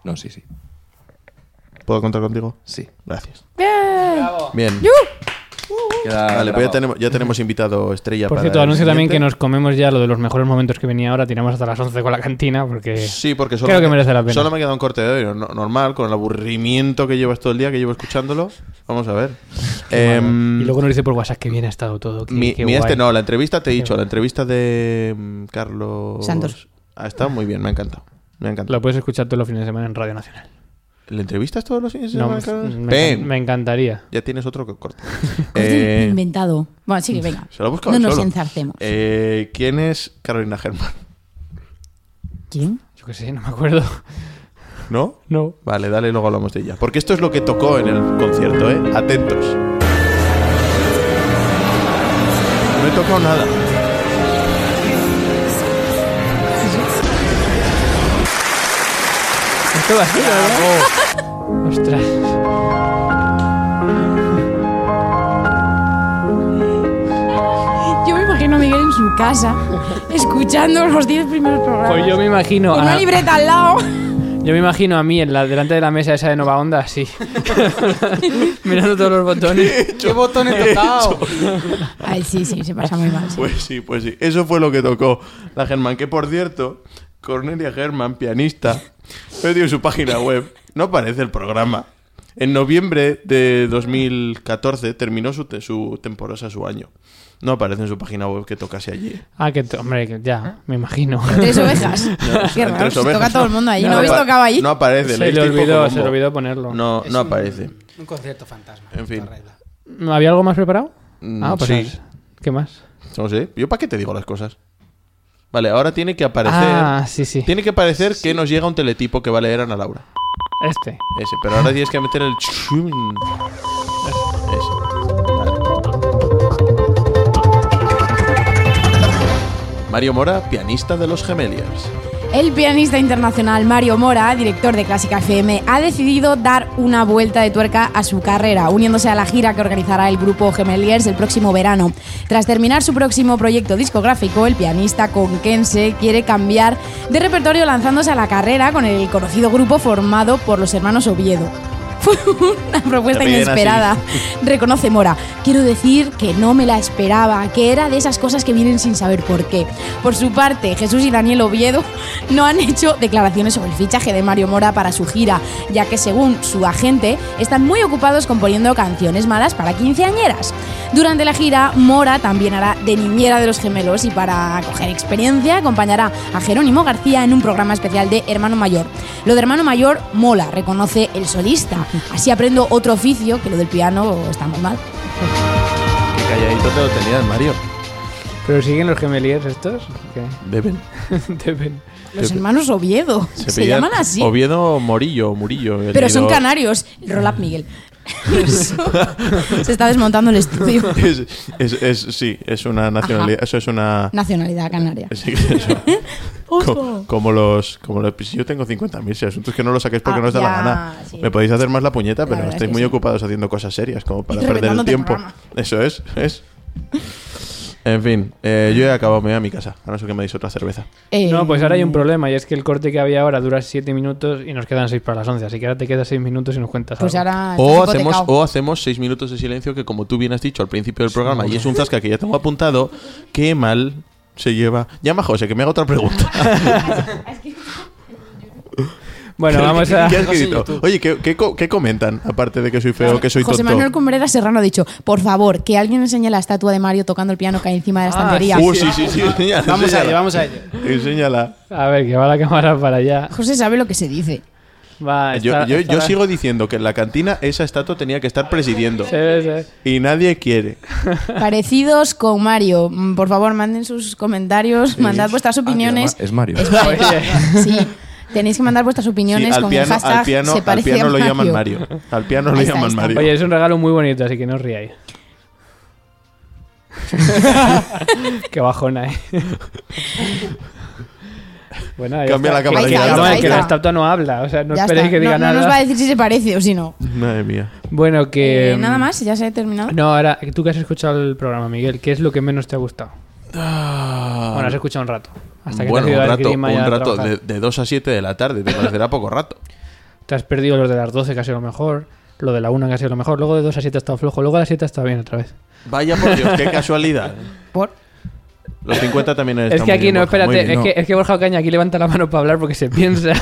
Speaker 13: No, sí, sí.
Speaker 6: ¿Puedo contar contigo?
Speaker 13: Sí.
Speaker 6: Gracias.
Speaker 4: Bien.
Speaker 6: Bien.
Speaker 13: Queda
Speaker 6: Vale,
Speaker 8: Ah,
Speaker 6: pues
Speaker 13: grabado.
Speaker 6: ya tenemos, ya tenemos invitado estrella
Speaker 3: Por
Speaker 6: para
Speaker 3: cierto,
Speaker 6: el
Speaker 3: anuncio también que
Speaker 6: siguiente.
Speaker 3: nos comemos ya lo de los mejores momentos que venía ahora. Tiramos hasta las 11 con la cantina porque...
Speaker 6: Sí, porque solo,
Speaker 3: Creo que
Speaker 6: me-
Speaker 3: merece la pena.
Speaker 6: solo me queda un corte de audio no- normal, con el aburrimiento que llevas todo el día, que llevo escuchándolo. Vamos
Speaker 3: [laughs]
Speaker 6: a ver. Em,
Speaker 3: Y luego nos dice por WhatsApp que bien ha estado todo. que-
Speaker 6: Mi,
Speaker 3: que
Speaker 6: mi
Speaker 3: guay.
Speaker 6: este no, la entrevista te he dicho,
Speaker 3: guay.
Speaker 6: la entrevista de mm, Carlos
Speaker 4: Santos.
Speaker 6: Ha estado muy bien, me ha encantado. Me ha encantado.
Speaker 3: Lo puedes escuchar todos los fines de semana en Radio Nacional.
Speaker 6: ¿La entrevistas todos los fines de
Speaker 3: No,
Speaker 6: semana,
Speaker 3: me,
Speaker 6: Carlos?
Speaker 3: me-
Speaker 6: Ven,
Speaker 3: me encantaría.
Speaker 6: ya tienes otro
Speaker 4: [laughs]
Speaker 6: que corta.
Speaker 4: Este
Speaker 6: Eh,
Speaker 4: Inventado. Bueno, sigue, venga.
Speaker 6: se lo ha buscado
Speaker 4: No
Speaker 6: él
Speaker 4: nos
Speaker 6: solo.
Speaker 4: enzarcemos.
Speaker 6: Eh, ¿Quién es Carolina Germán?
Speaker 4: ¿Quién?
Speaker 3: Yo qué sé, no me acuerdo.
Speaker 6: [laughs]
Speaker 3: [laughs]
Speaker 6: ¿No?
Speaker 3: No.
Speaker 6: Vale, dale, luego hablamos de ella. Porque esto es lo que tocó en el concierto, ¿eh? Atentos. No he tocado nada. [laughs]
Speaker 3: Esto va así, la verdad. Ostras.
Speaker 4: Yo me imagino a Miguel en su casa, escuchando los 10 primeros programas.
Speaker 3: Pues yo me imagino
Speaker 4: Con
Speaker 3: a,
Speaker 4: una libreta al
Speaker 3: [laughs]
Speaker 4: lado.
Speaker 3: yo me imagino a mí en la, delante de la mesa esa de Nova Onda, así. [laughs] Mirando todos los botones.
Speaker 5: ¿Qué botón he tocado?
Speaker 4: Ay, sí, sí, se pasa muy mal. sí.
Speaker 6: [laughs] Pues sí, pues sí. Eso fue lo que tocó la Germán. Que por cierto, Cornelia Germán, pianista, lo dio en su página web. No aparece el programa. En noviembre de 2014 terminó su, te- su temporada, su año. No aparece en su página web que tocase
Speaker 4: [laughs]
Speaker 6: allí.
Speaker 3: Ah, que to- hombre, que ya, me
Speaker 6: [laughs]
Speaker 3: imagino.
Speaker 4: Tres ovejas. Qué
Speaker 6: Entre
Speaker 4: raro,
Speaker 6: las
Speaker 4: se
Speaker 6: ovejas,
Speaker 4: toca todo el mundo ahí. No, habéis
Speaker 6: apa-
Speaker 4: tocado allí.
Speaker 6: No aparece.
Speaker 3: Se le
Speaker 6: diste poco
Speaker 3: olvidó,
Speaker 6: bombo.
Speaker 3: se le olvidó ponerlo.
Speaker 6: No,
Speaker 5: Es
Speaker 6: no
Speaker 5: un-
Speaker 6: aparece.
Speaker 5: Un concierto fantasma.
Speaker 6: En fin.
Speaker 5: esta regla.
Speaker 3: ¿Había algo más preparado?
Speaker 6: Mm,
Speaker 3: ah, pues
Speaker 6: sí.
Speaker 3: es- ¿Qué más?
Speaker 6: No sé. ¿Yo para qué te digo las cosas? Vale, ahora tiene que aparecer.
Speaker 3: Ah, sí, sí.
Speaker 6: Tiene que aparecer que nos llega un teletipo que va a leer Ana Laura.
Speaker 3: Este.
Speaker 6: Ese, pero ahora tienes que meter el chum. Ese. Vale. Mario Mora, pianista de los gemelias.
Speaker 4: [laughs] El pianista internacional Mario Mora, director de Clásica FM, ha decidido dar una vuelta de tuerca a su carrera, uniéndose a la gira que organizará el grupo Gemeliers el próximo verano. Tras terminar su próximo proyecto discográfico, el pianista conquense quiere cambiar de repertorio lanzándose a la carrera con el conocido grupo formado por los hermanos Oviedo. Fue una [laughs] propuesta
Speaker 14: Te piden
Speaker 4: inesperada. Reconoce Mora. Quiero decir que no me la esperaba, que era de esas cosas que vienen sin saber por qué. Por su parte, Jesús y Daniel Oviedo no han hecho declaraciones sobre el fichaje de Mario Mora para su gira, ya que según su agente, están muy ocupados componiendo canciones malas para quinceañeras. Durante la gira, Mora también hará de niñera de los gemelos y para coger experiencia acompañará a Jerónimo García en un programa especial de Hermano Mayor. Lo de Hermano Mayor mola, reconoce el solista. Así aprendo otro oficio, que lo del piano está muy mal.
Speaker 6: Qué calladito te lo tenías, Mario.
Speaker 3: ¿Pero siguen los gemeliers estos? ¿O qué? [laughs]
Speaker 6: Deben.
Speaker 3: Deben.
Speaker 4: Los hermanos Oviedo. Se,
Speaker 6: pillan
Speaker 4: llaman así.
Speaker 6: Oviedo Morillo, Murillo. el
Speaker 4: Pero son
Speaker 6: líder.
Speaker 4: canarios. El Rolap Miguel. Se está desmontando el estudio.
Speaker 6: [laughs] Es, es- es- sí, es una nacionalidad. Eso es una. [laughs]
Speaker 4: Nacionalidad canaria.
Speaker 6: sí, eso.
Speaker 4: Ojo.
Speaker 6: Co- como los. Como los si yo tengo 50.000, si el asunto es que no lo saquéis porque
Speaker 4: Ah,
Speaker 6: no os da la
Speaker 4: ya,
Speaker 6: gana.
Speaker 4: sí.
Speaker 6: Me podéis hacer más la puñeta, pero
Speaker 4: verdad es
Speaker 6: estáis
Speaker 4: que
Speaker 6: muy
Speaker 4: sí.
Speaker 6: ocupados haciendo cosas serias, como para perder el
Speaker 4: reventándote
Speaker 6: tiempo.
Speaker 4: el programa.
Speaker 6: [laughs] Eso es, es. En fin, eh, yo he acabado, me voy a mi casa, a no ser que me deis otra cerveza.
Speaker 4: Eh,
Speaker 3: No, pues ahora hay un problema y es que el corte que había ahora dura 7 minutos y nos quedan 6 para las 11. Así que ahora te quedas 6 minutos y nos cuentas
Speaker 4: Pues
Speaker 3: algo.
Speaker 4: ahora.
Speaker 6: O
Speaker 4: estás
Speaker 6: hacemos,
Speaker 4: hipotecado.
Speaker 6: o hacemos seis minutos de silencio que, como tú bien has dicho al principio del programa, y es un zasca que ya tengo apuntado, qué mal se lleva. Llama a José, que me haga otra pregunta.
Speaker 3: Bueno, vamos a.
Speaker 6: [laughs]
Speaker 3: [laughs]
Speaker 6: ¿Qué has escrito? Oye, ¿qué, qué, co- qué comentan? Aparte de que soy feo, que soy
Speaker 4: José
Speaker 6: tonto.
Speaker 4: Manuel Cumbrera Serrano ha dicho, por favor, que alguien enseñe la estatua de Mario tocando el piano que hay encima de
Speaker 3: Ah,
Speaker 4: la estantería.
Speaker 6: Uh, sí,
Speaker 3: [laughs]
Speaker 6: sí, sí, enséñala,
Speaker 5: Vamos a
Speaker 6: enséñala.
Speaker 5: ello, vamos a ello.
Speaker 6: Enséñala.
Speaker 3: A ver, que va la cámara para allá.
Speaker 4: José sabe lo que se dice.
Speaker 3: Va,
Speaker 6: Yo,
Speaker 3: está-
Speaker 6: yo,
Speaker 3: está
Speaker 6: yo
Speaker 3: la-
Speaker 6: sigo diciendo que en la cantina esa estatua tenía que estar presidiendo.
Speaker 3: Sí, sí.
Speaker 6: Y nadie quiere.
Speaker 4: Parecidos con Mario. Mm, Por favor, manden sus comentarios, mandad
Speaker 6: Ah,
Speaker 4: vuestras opiniones.
Speaker 13: Ah, Es Mario. [laughs]
Speaker 4: Es Mario. Sí. Tenéis que mandar vuestras opiniones
Speaker 6: al
Speaker 4: con el
Speaker 6: piano,
Speaker 4: hashtag
Speaker 6: al piano,
Speaker 4: se
Speaker 6: al
Speaker 4: parece
Speaker 6: piano
Speaker 4: a
Speaker 6: lo
Speaker 4: Mario.
Speaker 6: llaman Mario. Al piano lo
Speaker 4: Ahí está, ahí
Speaker 6: llaman
Speaker 4: está.
Speaker 6: Mario.
Speaker 3: Oye, es un regalo muy bonito, así que no
Speaker 4: [laughs]
Speaker 3: os riáis. Qué bajona, eh. Bueno, ya
Speaker 6: Cambia
Speaker 3: está.
Speaker 6: la cámara,
Speaker 3: Que,
Speaker 6: ya
Speaker 3: que-
Speaker 6: está,
Speaker 3: no,
Speaker 6: ahí
Speaker 3: es que la
Speaker 6: está.
Speaker 3: estatua no habla, o sea, no
Speaker 4: Ya
Speaker 3: esperéis
Speaker 4: está.
Speaker 3: que diga
Speaker 4: no,
Speaker 3: nada.
Speaker 4: no nos va a decir si se parece o si no.
Speaker 6: Madre mía.
Speaker 3: Bueno, que. mm,
Speaker 4: Eh, nada más, ya se ha
Speaker 6: Ah.
Speaker 4: terminado.
Speaker 3: No, ahora, tú que has escuchado el programa, Miguel, ¿qué es lo que menos te ha gustado? Bueno, has escuchado un rato. Hasta que
Speaker 6: Ah. bueno,
Speaker 3: te has ido
Speaker 6: un
Speaker 3: al
Speaker 6: rato,
Speaker 3: grima y
Speaker 6: un
Speaker 3: a
Speaker 6: rato
Speaker 3: trabajar.
Speaker 6: de, de 2 a 7 de la tarde, te parecerá poco rato.
Speaker 3: Te has perdido los de las 12, que ha sido lo mejor. Lo de la 1, que ha sido lo mejor. Luego de 2 a 7 ha estado flojo. Luego de las 7 ha estado bien otra vez.
Speaker 6: Vaya por Dios,
Speaker 4: [laughs]
Speaker 6: qué casualidad.
Speaker 4: ¿Por?
Speaker 6: Los 50 también
Speaker 3: Es que aquí no, espérate, es que, es que Borja Ocaña aquí levanta la mano para hablar porque se
Speaker 6: [laughs]
Speaker 3: piensa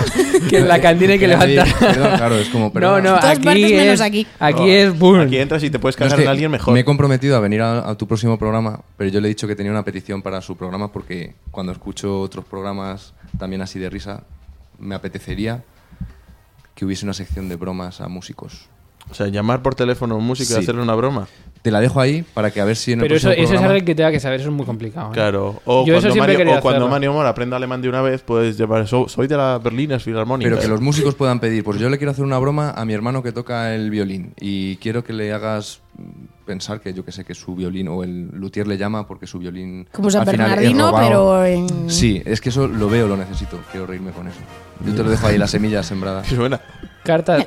Speaker 3: que en la cantina hay que
Speaker 13: Quiero decir,
Speaker 3: levantar.
Speaker 13: perdón, claro, es como,
Speaker 3: [laughs] No,
Speaker 13: perdón.
Speaker 3: no,
Speaker 13: En todas
Speaker 3: aquí
Speaker 13: partes
Speaker 3: es,
Speaker 13: menos aquí.
Speaker 3: aquí
Speaker 13: No.
Speaker 3: es boom.
Speaker 6: Oh, Aquí entras y te puedes
Speaker 13: No, es
Speaker 6: cagar
Speaker 13: que
Speaker 6: en alguien mejor.
Speaker 13: Me he comprometido a venir a, a tu próximo programa, pero yo le he dicho que tenía una petición para su programa porque cuando escucho otros programas también así de risa, me apetecería que hubiese una sección de bromas a músicos.
Speaker 6: O sea, llamar por teléfono a un músico y
Speaker 13: Sí.
Speaker 6: hacerle una broma.
Speaker 13: Te la dejo ahí para que a ver si en el
Speaker 3: Pero eso,
Speaker 13: próximo
Speaker 3: eso es
Speaker 13: programa-
Speaker 3: algo que tenga que saber, eso es muy complicado. ¿eh?
Speaker 6: Claro. O
Speaker 3: Yo eso
Speaker 6: cuando,
Speaker 3: siempre he
Speaker 6: Mario,
Speaker 3: querido
Speaker 6: o cuando
Speaker 3: hacerlo.
Speaker 6: Mario Mora aprenda alemán de una vez, puedes llevar. "So- soy de la Berlina Filarmónica.
Speaker 13: Pero que los músicos puedan pedir, pues yo le quiero hacer una broma a mi hermano que toca el violín y quiero que le hagas mm, pensar que yo que sé que su violín o el luthier le llama porque su violín
Speaker 4: Como San
Speaker 13: al final es
Speaker 4: Bernardino,
Speaker 13: robado".
Speaker 4: pero en-
Speaker 13: Sí, es que eso lo veo, lo necesito, quiero reírme con eso. Yo te lo dejo ahí la semilla sembrada.
Speaker 6: [laughs] suena. [laughs]
Speaker 3: Cartas.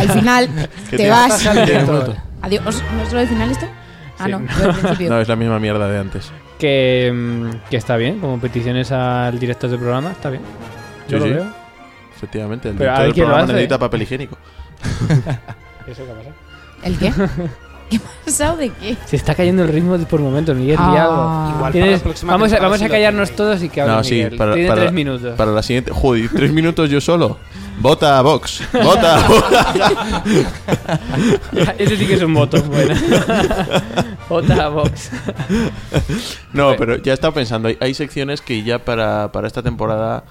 Speaker 4: Al final
Speaker 13: Que
Speaker 4: te
Speaker 13: tiene-
Speaker 4: vas.
Speaker 13: tiene un minuto.
Speaker 4: [laughs] Adiós. ¿Os- ¿No es lo del final esto? Ah,
Speaker 3: Sí.
Speaker 4: no, lo del principio.
Speaker 6: No, es la misma mierda de antes.
Speaker 3: Que, mm, que está bien, como peticiones al director del programa, está bien. Yo lo
Speaker 6: Sí, sí.
Speaker 3: veo.
Speaker 6: Efectivamente, el
Speaker 3: Pero a
Speaker 6: director
Speaker 3: ver
Speaker 6: del
Speaker 3: quién lo
Speaker 6: programa
Speaker 3: hace.
Speaker 6: necesita papel higiénico.
Speaker 3: ¿Eso qué pasa?
Speaker 4: ¿El qué? ¿Qué pasa o de qué?
Speaker 3: Se está cayendo el ritmo de- por momentos, Miguel. di
Speaker 4: Ah.
Speaker 3: algo.
Speaker 4: Igual
Speaker 3: Tienes-
Speaker 4: para la próxima
Speaker 3: vamos a,
Speaker 4: temporada
Speaker 3: vamos
Speaker 4: sí
Speaker 3: a
Speaker 4: lo
Speaker 3: callarnos todos y que hable
Speaker 6: no,
Speaker 3: Miguel.
Speaker 6: sí, para,
Speaker 3: Tiene
Speaker 6: para-
Speaker 3: tres minutos.
Speaker 6: Para la siguiente. Joder, tres minutos yo solo. Vota a Vox. Vota a Vox.
Speaker 3: [laughs]
Speaker 6: [laughs]
Speaker 3: Ese sí que es un
Speaker 6: [laughs]
Speaker 3: voto, bueno. [laughs] Otra box.
Speaker 6: No, pero ya he estado pensando, hay, hay secciones que ya para, para esta temporada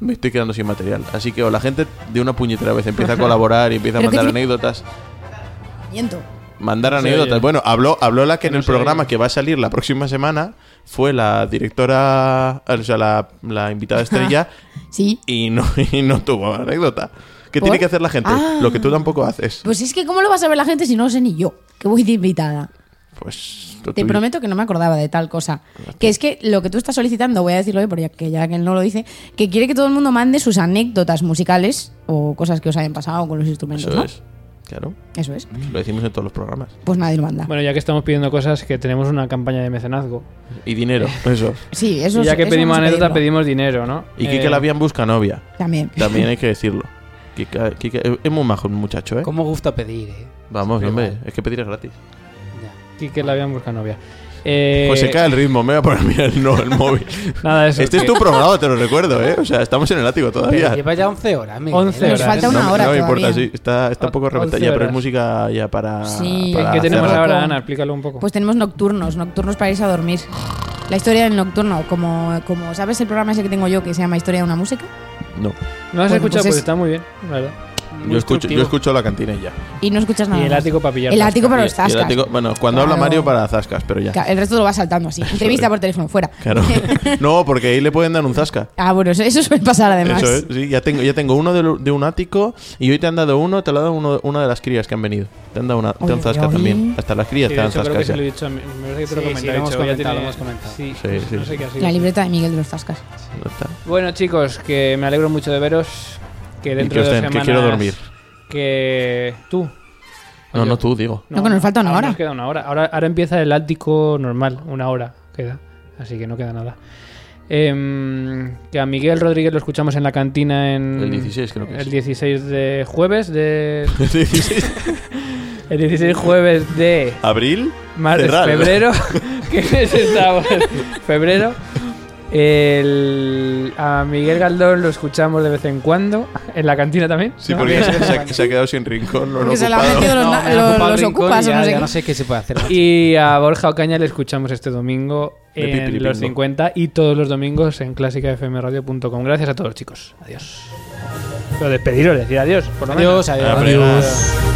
Speaker 6: me estoy quedando sin material. Así que o la gente de una puñetera vez empieza
Speaker 3: [laughs]
Speaker 6: a colaborar y empieza a
Speaker 4: Pero que
Speaker 6: mandar
Speaker 4: tiene-
Speaker 6: anécdotas.
Speaker 4: Miento.
Speaker 6: Mandar
Speaker 3: No se
Speaker 6: anécdotas.
Speaker 3: oye.
Speaker 6: Bueno, habló, habló la que en el
Speaker 3: se
Speaker 6: programa que va a salir la próxima semana fue la directora, o sea, la, la invitada estrella
Speaker 4: Sí.
Speaker 6: y no, [laughs] y no tuvo anécdota. ¿Qué
Speaker 4: ¿Por?
Speaker 6: tiene que hacer la gente?
Speaker 4: Ah.
Speaker 6: Lo que tú tampoco haces.
Speaker 4: Pues es que, ¿cómo lo vas a ver la gente si no lo sé ni yo? Que voy de invitada.
Speaker 6: Pues lo
Speaker 4: Te
Speaker 6: tuyo.
Speaker 4: prometo que no me acordaba de tal cosa. Que es que lo que tú estás solicitando, voy a decirlo hoy, porque ya que ya que él no lo dice, que quiere que todo el mundo mande sus anécdotas musicales o cosas que os hayan pasado con los instrumentos.
Speaker 6: Eso
Speaker 4: ¿no?
Speaker 6: es. Claro.
Speaker 4: Eso es.
Speaker 6: Lo decimos en todos los programas.
Speaker 4: Pues nadie lo manda.
Speaker 3: Bueno, ya que estamos pidiendo cosas, que tenemos una campaña de mecenazgo.
Speaker 4: [laughs]
Speaker 6: Y dinero, eso.
Speaker 4: Sí, eso
Speaker 3: y ya
Speaker 4: es-
Speaker 3: que
Speaker 4: eso
Speaker 3: pedimos
Speaker 4: vamos a
Speaker 3: anécdotas,
Speaker 4: pedirlo.
Speaker 3: pedimos dinero, ¿no?
Speaker 6: Y
Speaker 3: Eh,
Speaker 6: Kike la Labian busca novia.
Speaker 4: También. [laughs]
Speaker 6: También hay que decirlo. Kika- Kika- es muy majo el muchacho, ¿eh?
Speaker 5: ¿Cómo gusta pedir, eh?
Speaker 6: Vamos,
Speaker 5: Siempre
Speaker 6: hombre,
Speaker 5: igual.
Speaker 6: es que pedir es gratis.
Speaker 3: Y que la habían buscado novia. Eh,
Speaker 6: Pues se cae el ritmo, me voy a poner a mirar el, no,
Speaker 4: [laughs]
Speaker 6: el móvil.
Speaker 3: Nada, eso,
Speaker 6: Este es
Speaker 3: que-
Speaker 6: tu programa,
Speaker 3: [laughs]
Speaker 6: te lo recuerdo, ¿eh? O sea, estamos en el ático
Speaker 5: Pero
Speaker 6: todavía.
Speaker 5: lleva ya 11 horas, ¿eh? Miguel.
Speaker 3: 11 horas. falta
Speaker 6: no,
Speaker 3: una hora
Speaker 6: No me
Speaker 3: todavía.
Speaker 6: importa, sí. Está, está un poco reventada.
Speaker 3: once
Speaker 6: Ya, pero
Speaker 3: horas.
Speaker 6: es música ya para.
Speaker 4: Sí.
Speaker 6: para
Speaker 4: ¿Qué tenemos
Speaker 6: cerrar.
Speaker 4: ahora,
Speaker 3: Ana, explícalo un poco.
Speaker 4: Pues tenemos nocturnos, nocturnos para irse a dormir. La historia del nocturno, como, como sabes el programa ese que tengo yo que se llama Historia de una música.
Speaker 6: No.
Speaker 3: No has
Speaker 4: Bueno,
Speaker 3: escuchado,
Speaker 4: pues
Speaker 3: pues,
Speaker 4: es-
Speaker 3: está muy bien, la verdad.
Speaker 6: Yo escucho, yo escucho la cantina y ya.
Speaker 4: Y no escuchas nada.
Speaker 3: Y el
Speaker 4: más.
Speaker 3: ático para pillar
Speaker 4: El
Speaker 3: zascas.
Speaker 4: ático para los
Speaker 6: Y el
Speaker 4: tascas.
Speaker 6: ático- bueno, cuando
Speaker 4: Claro.
Speaker 6: habla Mario para zascas, pero ya.
Speaker 4: Claro, El resto lo vas saltando así. Entrevista por teléfono, fuera.
Speaker 6: Claro. no, porque ahí le pueden dar un zasca.
Speaker 4: Ah, bueno, eso, eso suele pasar además.
Speaker 6: Eso es, sí, ya tengo, ya tengo uno de, lo- de un ático y hoy te han dado uno, te lo ha dado uno- una de las crías que han venido. Te han dado una, te
Speaker 4: Oye,
Speaker 6: han zasca
Speaker 4: oye.
Speaker 6: también. Hasta las crías
Speaker 3: Sí,
Speaker 6: te
Speaker 3: de
Speaker 6: dan
Speaker 3: hecho, creo
Speaker 6: zasca.
Speaker 3: que se lo he dicho. a mi- Me parece que te lo
Speaker 5: Sí,
Speaker 3: he comentado.
Speaker 5: sí, lo
Speaker 3: he dicho, ya
Speaker 5: hemos comentado,
Speaker 3: tiene-
Speaker 5: lo hemos comentado.
Speaker 3: Sí,
Speaker 6: Sí, sí,
Speaker 3: no sé
Speaker 6: sí.
Speaker 3: qué ha sido.
Speaker 4: La libreta de Miguel de los Tascas.
Speaker 3: Bueno, chicos, que me alegro mucho de veros. Que dentro
Speaker 6: que
Speaker 3: de dos
Speaker 6: os den, que
Speaker 3: semanas...
Speaker 6: quiero dormir.
Speaker 3: Que tú.
Speaker 6: No, no tú, digo. [laughs]
Speaker 4: No, que nos falta una
Speaker 3: aún
Speaker 4: hora.
Speaker 3: Nos queda una hora. Ahora, ahora empieza el ático normal, una hora queda. Así que no queda nada. Em, que a Miguel Rodríguez lo escuchamos en la cantina en.
Speaker 6: El 16 creo que es.
Speaker 3: El 16 de jueves de.
Speaker 6: El 16.
Speaker 3: el 16 jueves de.
Speaker 6: ¿Abril?
Speaker 3: Martes,
Speaker 6: Cerrado. [laughs]
Speaker 3: febrero. [laughs] ¿Qué mes estamos? febrero. El- a Miguel Galdón lo escuchamos de vez en cuando. En la cantina también.
Speaker 6: Sí,
Speaker 3: ¿no?
Speaker 6: porque se, se ha- se ha quedado sin rincón. Lo han
Speaker 4: Porque se la ha
Speaker 6: ocupado.
Speaker 4: metido los,
Speaker 5: No,
Speaker 4: na-
Speaker 5: me han
Speaker 4: los-
Speaker 5: ocupado el
Speaker 4: los
Speaker 5: rincón
Speaker 4: ocupas
Speaker 5: y
Speaker 4: o
Speaker 5: ya-
Speaker 4: no sé
Speaker 5: ya
Speaker 4: qué.
Speaker 5: no sé qué se puede hacer.
Speaker 3: Y a Borja Ocaña le escuchamos este domingo
Speaker 6: De
Speaker 3: en
Speaker 6: Pipiripingo.
Speaker 3: los 50 y todos los domingos en clásicafmradio.com. Gracias a todos, chicos. Adiós. Pero despediros, decir adiós. Por lo menos.
Speaker 5: Adiós, adiós. Adiós.